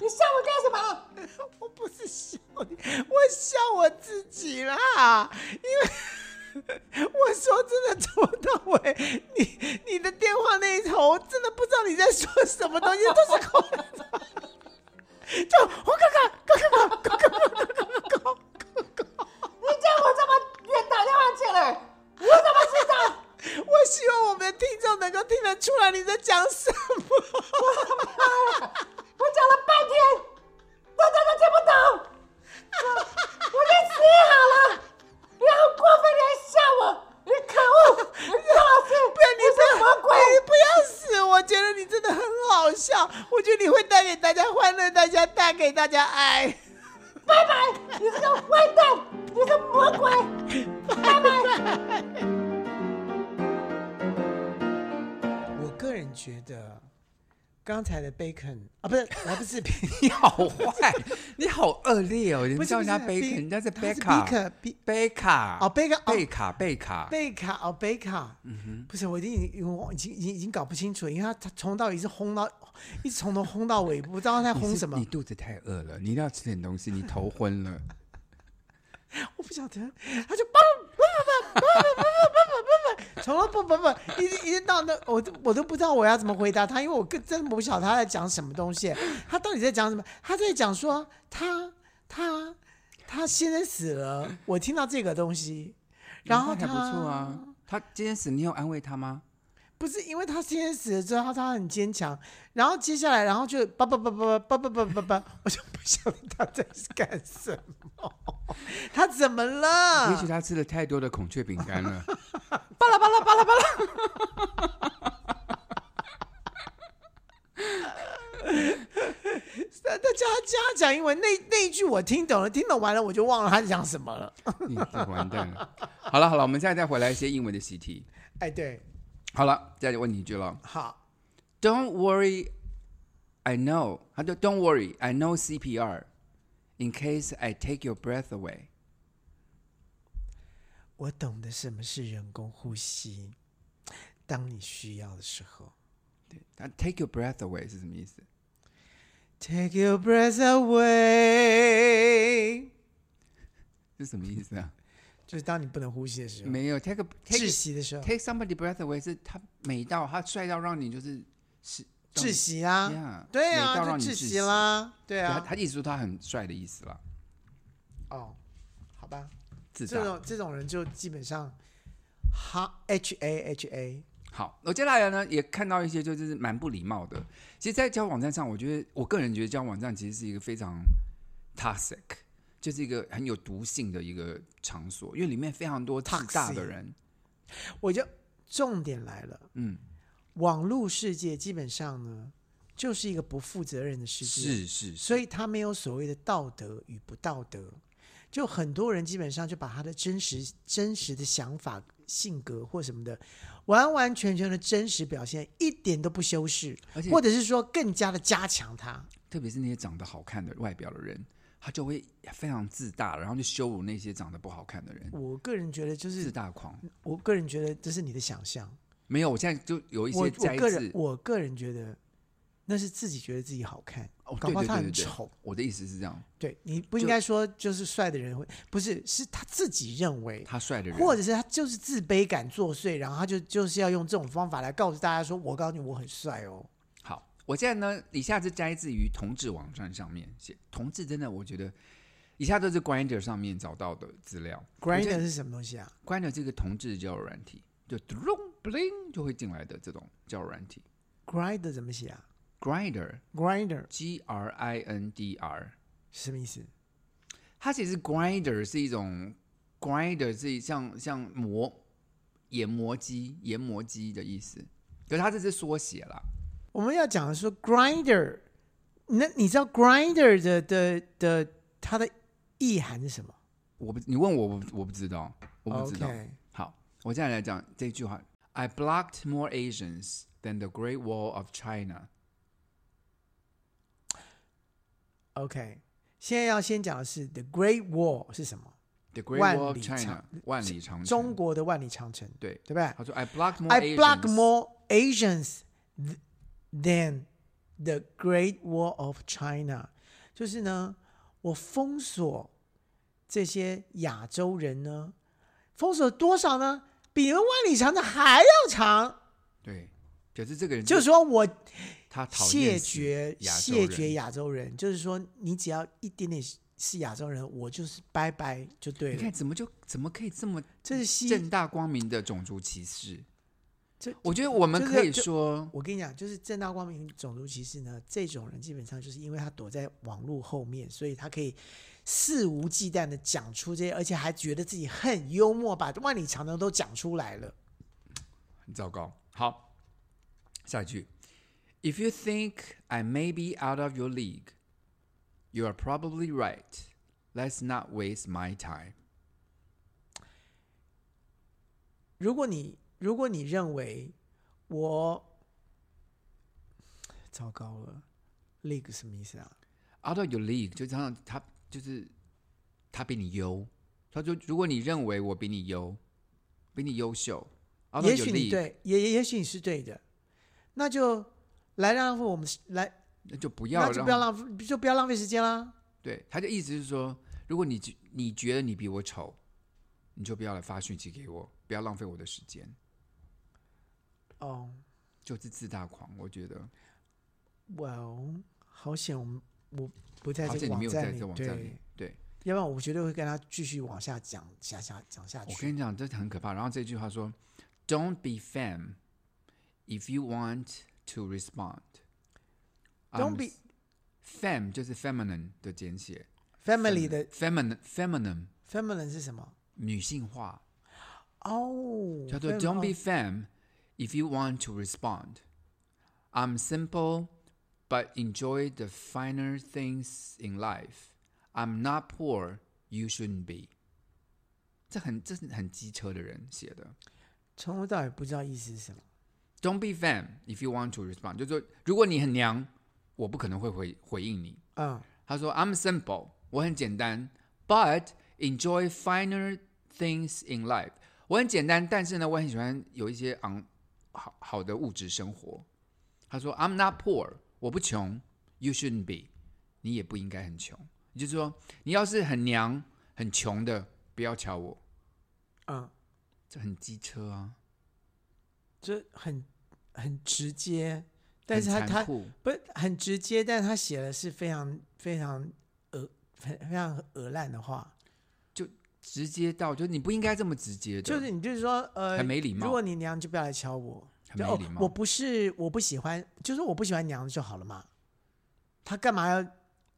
你笑我干什么？
我不是笑你，我笑我自己啦，因为我说真的，从头到尾，你你的电话那一头，我真的不知道你在说什么东西，都是空的。就我看看，看看吧，看看吧，看看吧，看
你叫我这么远打电话进来，我怎么知道？
我希望我们的听众能够听得出来你在讲什么。
我讲了半天，大家都听不懂。我我去死好了！你好过分，你还笑我！你可恶！你郭老师，
不然你
你是
不要
魔鬼！
你不要死！我觉得你真的很好笑，我觉得你会带给大家欢乐，大家带给大家爱。
拜拜！你是个坏蛋！你是魔鬼！拜拜！
我个人觉得，刚才的 bacon 啊，不是， 我不 是 bacon，
你好坏，你好恶劣哦！人
不
家
是
叫人家
不是
贝肯，
贝
人家是
他
贝
是贝
卡
克贝，
贝卡
哦贝克哦
贝卡，贝卡，
贝卡哦，贝卡，
嗯
不是，我已经我已经已经已经搞不清楚了，因为他他从到一直轰到，一直从头轰到尾，不知道他在
你
轰
是
什么
你。肚子太饿了，你一定要吃点东西，你头昏了。
我不晓得，他就叭叭叭叭叭叭叭叭叭叭叭，从头叭叭叭一直一直到那， 我都我都不知道我要怎么回答他，因为我更真的不晓得他在讲什么东西，他到底在讲什么？他在讲说他他他现在死了，我听到这个东西， 然后嗯
还
他
不错啊，他今天死，你有安慰他吗？
不是因为他先死了之后，他很坚强，然后接下来，然后就叭叭叭叭叭叭叭叭 叭，我就不晓得他在干什么，他怎么了？
也许他吃了太多的孔雀饼干了。
巴拉巴拉巴拉巴拉！
他他叫他叫他讲英文，那那一句我听懂了，听懂完了我就忘了他讲什么了。
你这完蛋了。好了好了，我们现在再回来一些英文的习题。
哎，对，
好了，再问你一句了
好，
，Don't worry, I know。他就 Don't worry, I know CPR。In case I take your breath away，
我懂得什么是人工呼吸，当你需要的时候。
他啊 take your breath away 是什么意思？
Take your breath away，
是什么意 思啊？
就是当你不能呼吸的时候，
没有 take a
啊
take
窒息啊的时候，
take somebody breath away 是他美到他帅到让你就是是
窒。息啊
Yeah，
对
美
啊，
到
就
让你
窒
窒
息
息
啦，对
让你对他
啊，
他一直说他很帅的意思啦，
哦，好吧，
自
这
大。
种这种人就基本上，哈 H A H A，
好，我接下来呢也看到一些就是蛮不礼貌的。其实，在交友网站上，我觉得我个人觉得交友网站其实是一个非常 toxic，就是一个很有毒性的一个场所，因为里面非常多自大的人。
我就重点来了。
嗯，
网络世界基本上呢，就是一个不负责任的世界，
是是，
所以它没有所谓的道德与不道德，就很多人基本上就把他的真实、真实的想法、性格或什么的，完完全全的真实表现，一点都不修饰
而，且
或者是说更加的加强他。
特别是那些长得好看的外表的人，他就会非常自大，然后就羞辱那些长得不好看的人，
我个人觉得，就
自
是
大狂。
我个人觉得这是你的想象。
没有，我现在就有一
我
些
我
摘
个人
自。
我个人觉得，那是自己觉得自己好看，
哦，
搞
对
不好
对
他
对
很
对对
丑。，
我的意思是这样，
对你不
就
应该说就是帅的人会，不是是他自己认为，
他帅的人，
或者是他就是自卑感作祟，然后他就就是要用这种方法来告诉大家说，我告诉你我很帅哦。
好，我现在呢，以下是摘自于同志网站上面写，同志真的，我觉得以下都是 Grinder 上面找到的资料。
Grinder 是什么东西啊？
Grinder 这个同志交友软体，就咚 bling 就会进来的这种交友软体。
Grinder 怎么写啊
Grinder
？Grinder
G R I N D R，
什么意思？
它其实 Grinder 是一种 Grinder 是一像像磨研磨机研磨机的意思，可是它这是缩写啦。
我们要讲的说 Grinder，那你知道 Grinder 的的的它的意涵是什么？
我不，你问我，我不我不知道，我不知道。
OK
好，我现在来讲这句话：I blocked more Asians than the Great Wall of China。
OK，现在要先讲的是 The Great Wall 是什么？
The Great
万
Wall of
里
China，
长
万里长城。
中国的万里长城，
对
对不对
他说 I blocked more
？I block
Asians
more Asians th- than the Great Wall of China，就是呢，我封锁这些亚洲人呢，封锁多少呢？比你们万里长城还要长，
对，表示这个人
就是说我
他讨
谢
厌死
绝
亚洲
谢
人
绝亚洲人，就是说你只要一点点是亚洲人，我就是拜拜就对
你
了
看。怎么就怎么可以这么
这是西
正大光明的种族歧视？
这
我觉得我们
就是
可以
就
说，
我跟你讲，就是正大光明种族歧视呢，这种人基本上就是因为他躲在网络后面，所以他可以肆无忌惮的讲出这些，而且还觉得自己很幽默，把万里长城都讲出来了。
很糟糕。好，下一句：If you think I may be out of your league, you are probably right. Let's not waste my time.
如果你如果你认为我糟糕了，league 什么意思啊？
Out of your league 就常常他就是他比你优。他说，如果你认为我比你优，比你优秀，out of
也
your
许你
league，
对，也也也许你是对的，那就来让我们来，
那就不要
那就
让
不要浪费，就不要浪费时间啦。
对，他的意思是说，如果你觉你觉得你比我丑，你就不要来发讯息给我，不要浪费我的时间，
哦、
就是自大狂。我觉得，
哇哦，好险我们我不在
好
这
像
个
你没
网
有
站
在
里，
这网站里
对，。
对，
要不然我绝对会跟他继续往下讲下下讲下
我
去。
跟你讲，这很可怕。然后这句话说：“Don't be fam if you want to respond.”
Don't
I'm
be-
s- fam 就是 feminine 的简写
Family 的
feminine feminine
feminine 是什么？
女性化，
哦，
叫做
fem-
“Don't
哦
be fam if you want to respond.” I'm simple, but enjoy the finer things in life. I'm not poor, you shouldn't be. 这很这是很机车的人写的。
从头到尾不知道意思是什么。
Don't be fam if you want to respond，就是说如果你很娘，我不可能会回回应你。
嗯，
他说 I'm simple，我很简单，but enjoy finer things in life。我很简单，但是呢，我很喜欢有一些昂好好的物质生活。他说 I'm not poor，我不穷，you shouldn't be，你也不应该很穷。也就是说，你要是很娘、很穷的，不要瞧我，
嗯，
这很机车啊，
这很很直接，但是他
很
他
残酷
不是很直接，但是他写的是非常非常呃非非常恶烂的话。
直接到，就是你不应该这么直接的，
就是你就是说，呃，
很没礼貌
如果你娘，就不要来敲我。
很
就
没
哦
礼貌
我不是，我不喜欢，就是我不喜欢娘的就好了嘛。他干嘛要？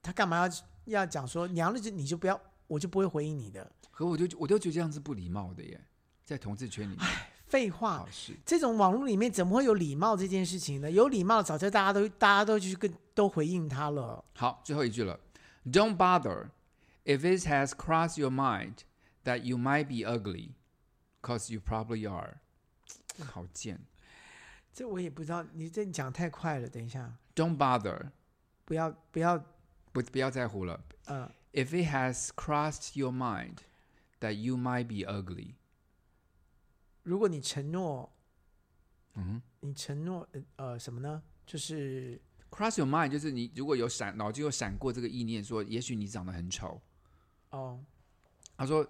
他干嘛要要讲说娘的就你就不要，我就不会回应你的。
可我就我就觉得这样是不礼貌的耶，在同志圈里
哎
面
废话
好，事。
这种网络里面怎么会有礼貌这件事情呢？有礼貌，早就大家都大家都去跟都回应他了。
好，最后一句了，Don't bother If it has crossed your mind that you might be ugly, cause you probably are，好贱。
这我也不知道，你这你讲太快了，等一下，
Don't bother，
不要不要，
不不要在乎了。
呃，
If it has crossed your mind that you might be ugly，
如果你承诺，
嗯
你承诺呃呃什么呢？就是
，cross your mind 就是你如果有闪脑筋有闪过这个意念，说也许你长得很丑，
哦，
他说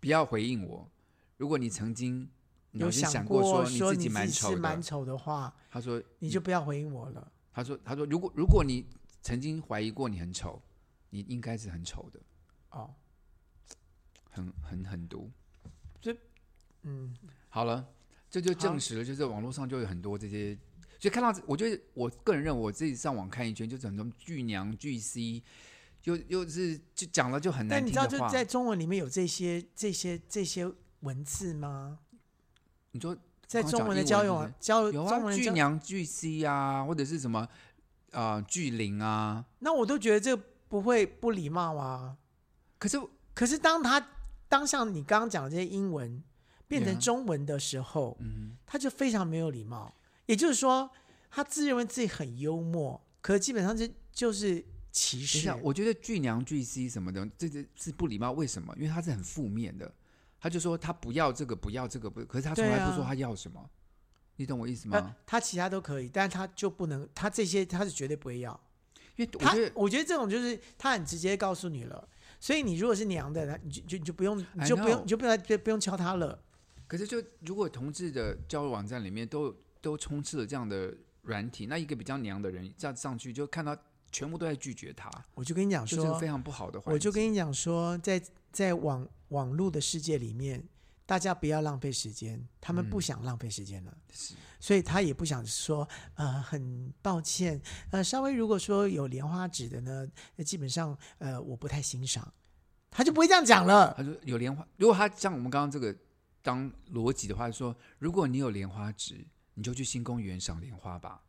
不要回应我。如果你曾经
有
脑筋
想
过说
说
自己蛮
是
丑的嗯
蛮，丑的话，
他说
你就不要回应我了。
他说他说如果如果你曾经怀疑过你很丑，你应该是很丑的，
哦，
很很狠毒。
嗯，
好了，这就
好
证实了，就是网络上就有很多这些，所以看到，我觉得我个人认为，我自己上网看一圈，就是很多巨娘巨 C，又又是就讲了就很难
但你
听
知
的
道
话。
就在中文里面有这些这些这些文字吗？
你说
在
刚
中
讲
文的
英文
交
是
友
不
交中
是有啊，
文的
巨
交，
娘巨 C 啊，或者是什么啊、呃巨灵啊，
那我都觉得这不会不礼貌啊。
可是
可是当他当像你刚刚讲的这些英文变成
Yeah
中文的时候
嗯
他就非常没有礼貌。也就是说，他自认为自己很幽默，可基本上这就是歧
等一
视
下，。我觉得巨娘巨 C 什么的，这这是不礼貌。为什么？因为他是很负面的，他就说他不要这个，不要这个，不，可是他从
对
来不
啊
说他要什么，你懂我意思吗？
呃，他其他都可以，但他就不能，他这些他是绝对不会要。
因为我
他
觉得，
我觉得这种就是他很直接告诉你了，所以你如果是娘的，他你就就你就不用，你
I
就不
know
用，你就不用就不用敲他了。
可是就如果同志的交友网站里面都都充斥了这样的软体，那一个比较娘的人这样上去就看到全部都在拒绝他，
我就跟你讲
就是个
说
非，常不好的环境。
我就跟你讲说，在在网网络的世界里面，大家不要浪费时间，他们不
嗯
想浪费时间了。
是
所以他也不想说，呃，很抱歉，呃，稍微如果说有莲花指的呢，那基本上呃我不太欣赏，他就不会这样讲了。
他说有莲花，如果他像我们刚刚这个当逻辑的话，说如果你有莲花指，你就去新公园赏莲花吧，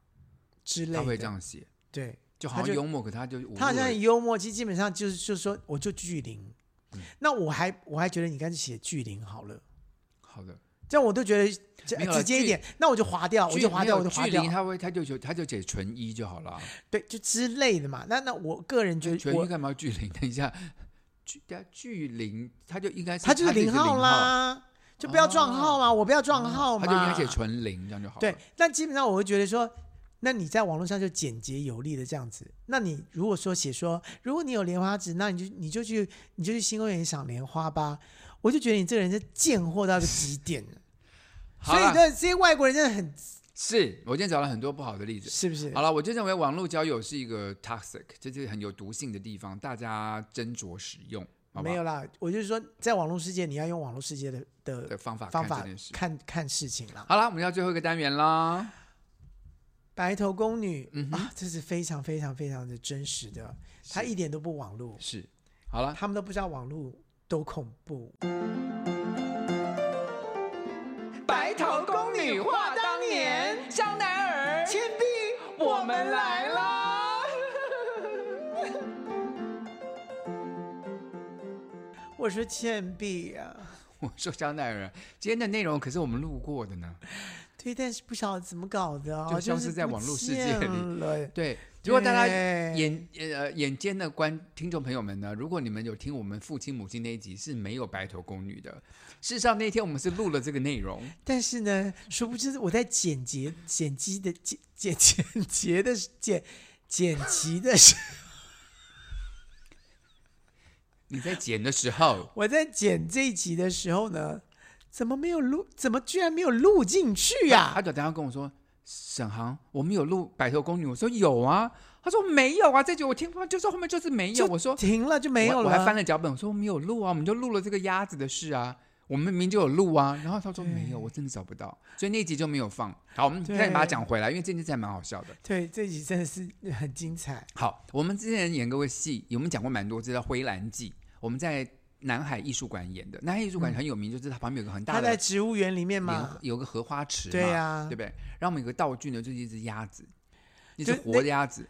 之类
他
的，
会这样写，
对，
就
他
好
就
像幽默，可他就侮
他好
辱
像
了
很幽默，其实基本上就是就是说，我就巨灵。
嗯
那我还我还觉得你干脆写巨灵好了，
好的，
这样我都觉得这
没有
直接一点。那我就划掉，啊我就划掉，我就划
距
掉
离，他会他就就他就写纯一就好了啊，
对，就之类的嘛。那那我个人觉得
纯
我
一干嘛要距离？ 等一下。距他距零，他就应该是
他就是
自己
零
的啊
号啦，就不要撞号嘛，我不要撞号嘛，
哦他就应该写纯零，这样就好了。
对，但基本上我会觉得说，那你在网络上就简洁有力的这样子。那你如果说写说，如果你有莲花指，那你就你就去你就去新公园赏莲花吧。我就觉得你这个人是贱货到一个极点 了。
好
所以
了，
对这些外国人真的很
是我今天找了很多不好的例子。
是不是
好？了，我就认为网络交友是一个 toxic，这是很有毒性的地方，大家斟酌使用，好吧
没有啦，我就是说，在网络世界，你要用网络世界的
的
的
方法
方
看
法
这件事。
看看事情啦。
好了，我们要最后一个单元啦。
白头宫女、
嗯哼
啊，这是非常非常非常的真实的，她一点都不网络，
是，好了，
他们都不知道网络多恐怖。
白头宫女话当年，香奈儿、倩碧，我们来啦！
我说倩碧啊，
我说香奈儿，今天的内容可是我们录过的呢。
对，但是不晓得怎么搞的哦，
就消
是
失在
不
网络世界里
见了
对，如果大家
对
眼呃眼尖的观听众朋友们呢，如果你们有听我们父亲母亲那一集是没有白头宫女的，事实上那天我们是录了这个 内容。
但是呢，殊不知我在剪辑、剪辑的剪剪剪辑的剪剪辑的时，，
你在剪的时候
我在剪这一集的时候呢，怎么没有录？怎么居然没有录进去
他
啊？
就等下跟我说：“沈航，我们有录《白头宫女》。”我说：“有啊。”他说：“没有啊。”这集我听过，就是后面就是没有。
就
我说
停了就没有
我
了，
我还翻了脚本，我说：“我们有录啊，我们就录了这个鸭子的事啊，我们明明就有录啊。”然后他说：“没有，我真的找不到，所以那集就没有放。”好，我们
对
再把它讲回来，因为这集还蛮好笑的。
对，这集真的是很精彩。
好，我们之前演过个戏，我们讲过蛮多，这叫《灰蓝记》，我们在南海艺术馆演的。南海艺术馆很有名，就是它旁边有个很大
他嗯
的
在植物园里面
莲
嘛，
有个荷花池嘛，
对啊
对不对？然后我们有个道具呢，就是一只鸭子，一只
就
活的鸭子，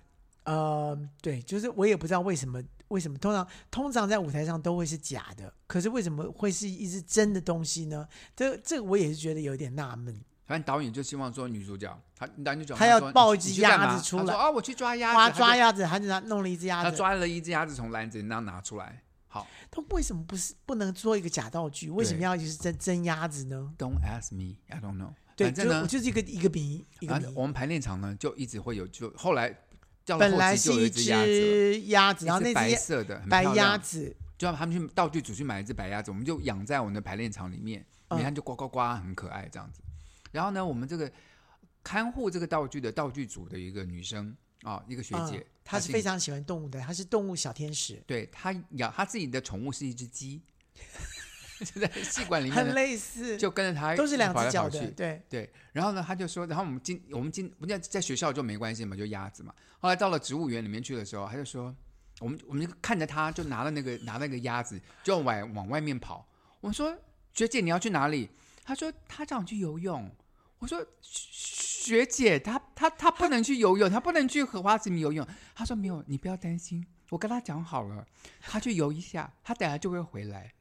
呃，对，就是我也不知道为什么为什么？通常通常在舞台上都会是假的，可是为什么会是一只真的东西呢？这这个我也是觉得有点纳闷。
反正导演就希望说女主角，他男主角
他要
说
抱一
你
只
你去干嘛
鸭子出来
他说啊，我去抓鸭子，
哇，
他就
抓，鸭子，他就拿弄了一只鸭
他
子。
抓了一只鸭子从篮子里那拿出来。好
他为什么不是不能做一个假道具？为什么要就是真真鸭子呢？
，Don't ask me, I don't know。
对，
反
就
正呢
我，就是一个一个谜，一个
反正我
谜。
们排练场呢就一直会有，就后来到了
本来
后期
是
就有
一
只鸭
只鸭子，
子了。
然后
一
那
只白
只
色的很
白
漂
鸭
亮
子，
就让他们去道具组去买一只白鸭子，我们就养在我们的排练场里面，
嗯
你看就呱呱呱，很可爱这样子。然后呢，我们这个看护这个道具的道具组的一个女生啊、一个学姐，
嗯，她是
姓
非常喜欢动物的，她是动物小天使，
对她养她自己的宠物是一只鸡， 就在戏馆里面
很
呢，
类似，
就跟着她
都是两
跑
只
来
脚
跑
的，
去
对，
对，然后呢，他就说，然后我们今我们今我们在在学校就没关系嘛，就鸭子嘛。后来到了植物园里面去的时候，他就说，我们我们就看着他，就拿了那个拿那个鸭子，就往往外面跑。我说学姐你要去哪里？他说他叫我去游泳。我说学学姐，他他他不能去游泳，他不能去荷花池里游泳。他说没有，你不要担心，我跟他讲好了，他去游一下，他等下就会回来。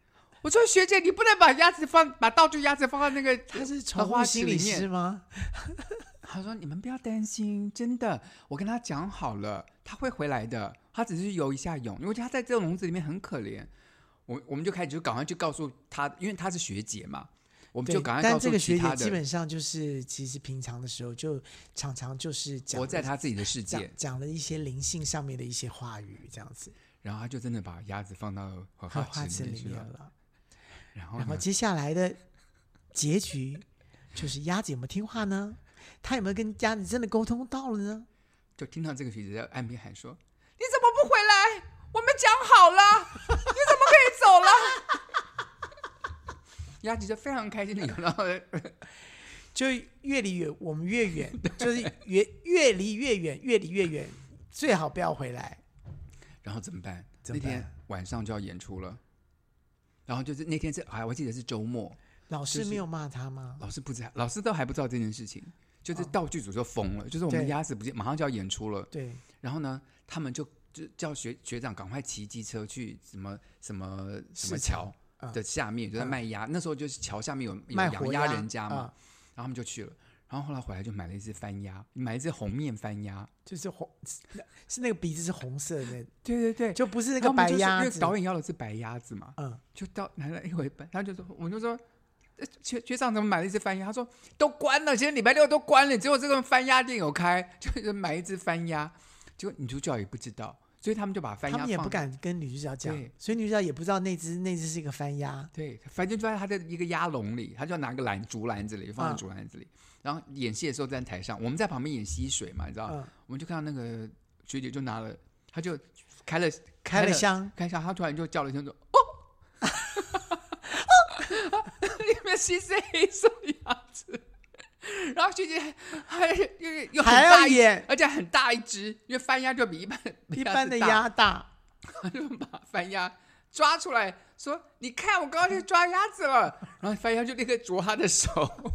我说学姐，你不能把鸭子放，把道具鸭子放到那个
她是
荷
宠
花
物
池
心理
里面
师。吗？
他说：“你们不要担心，真的，我跟他讲好了，他会回来的。他只是游一下泳，因为他在这个笼子里面很可怜。我我们就开始就赶快去告诉他，因为他是学姐嘛，我们
对
就赶快告
但
诉
这个
其
学姐
他
基
的，
本上就是，其实平常的时候就常常就是讲
活在
了
他自己的世
讲
界。
讲了一些灵性上面的一些话语，这样子，
然后他就真的把鸭子放到
荷
荷花
花
池
池
里面
里
去
面
了。
了。
然后
然后
呢，
接下来的结局就是鸭子有没有听话呢？他有没有跟鸭子真的沟通到了呢？
就听到这个学姐在岸边喊说
你怎么不回来？我们讲好 了，你怎么可以走了？：“
鸭子就非常开心的游到
就越离远我们越 远，就是越越离越远，越离越远，最好不要回来。
然后怎么办？
怎么
那天
办
晚上就要演出了，然后就是那天是哎，我记得是周末。”
老师
就是
没有骂他吗？
老师不知道，老师都还不知道这件事情，就是道具组就疯了，就是我们
哦对
鸭子不见，马上就要演出了。
对，
然后呢，他们就就叫学学长赶快骑机车去什么什么什么
市场啊
桥的下面，就在卖鸭。那时候就是桥下面有有
卖活
养
鸭
人家嘛，
啊
然后他们就去了。然后后来回来就买了一只番鸭，买了一只红面番鸭。
就是红，是那个鼻子是红色的，
对对对，
就不是那
然
个
后我们
白
就说
鸭
因
子
为。导演要的是白鸭子嘛，
嗯，
就到拿了一回本，他就说，我就说，呃学学长怎么买了一只番鸭？他说都关了，今天礼拜六都关了，只有这个番鸭店有开，就是买一只番鸭。结果女主角也不知道，所以他们就把番鸭
他们也
放
不。敢跟女主角讲
对，
所以女主角也不知道那只那只是一个番鸭。
对，反正就在他的一个鸭笼里，他就要拿个篮竹篮子里
嗯
放在竹篮子里。然后演戏的时候在台上，我们在旁边演溪水嘛，你知道，
嗯
我们就看到那个学姐就拿了，她就开了
开了箱
开箱，她突然就叫了一声说：“哦，里面是一只黑色鸭子。”然后学姐还又又很
还要
大一
演
只，而且很大一只，因为番鸭就比一般比
一
子
般的
大
鸭大，
他就把 番鸭抓出来，说：“你看，我刚刚去抓鸭子了。”然后番鸭就立刻啄他的手，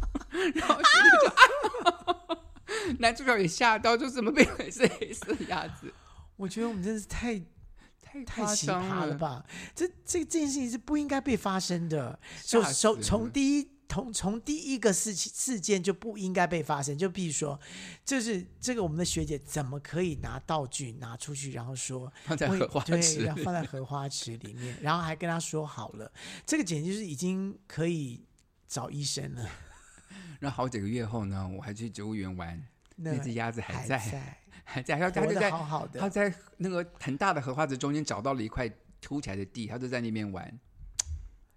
然后学姐就啊， 男主角也吓到，就怎么变成是黑色鸭子？
我觉得我们真的是太
太
太
夸
奇
张
葩了！吧！这这这件事情是不应该被发生的，就
吓死
从
人
从第一从从第一个事情事件就不应该被发生。就比如说，就是这个我们的学姐怎么可以拿道具拿出去，然后说
放在
我
荷花
对
池
然后
里
放 在荷花池里面，然后还跟他说好了，这个简直就是已经可以找医生了。
然后好几个月后呢，我还去植物园玩，
那
那只鸭子还
还
在， 还在，然后他
活
就
得
在
好好的
他在那个很大的荷花池中间找到了一块凸起来的地，他就在那边玩，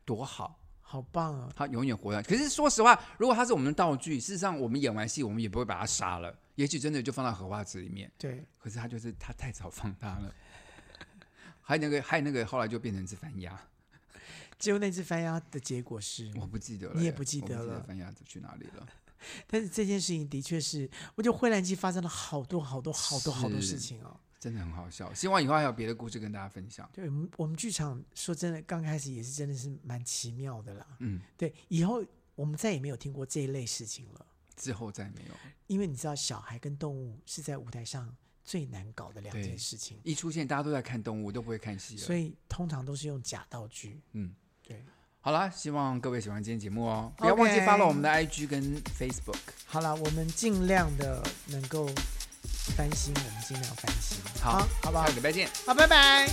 多好！
好棒哦！
他永远活下去。可是说实话，如果他是我们的道具，事实上我们演完戏，我们也不会把他杀了，也许真的就放到荷花池里面。
对，
可是他就是他太早放他了，还有那个还有那个后来就变成是番鸭，
结果那只番鸭的结果是，
我不记得了耶，
你也不记得
我不记
了
得番鸭子去哪里了。
但是这件事情的确是，我觉得灰蓝鸡发生了好多好多好多好多事
是
情哦。
真的很好笑，希望以后还有别的故事跟大家分享。
对我们，我们剧场说真的，刚开始也是真的是蛮奇妙的啦。
嗯，
对，以后我们再也没有听过这一类事情了，
之后再没有，
因为你知道，小孩跟动物是在舞台上最难搞的两
对
件事情，
一出现大家都在看动物，都不会看戏了。
所以通常都是用假道具。
嗯，
对，
好啦，希望各位喜欢今天节目哦，不要忘记
OK
follow 我们的 IG 跟 Facebook。
好啦，我们尽量的能够翻新，我们尽量翻新。
好，
好不好
下个？礼拜见。
好，拜拜。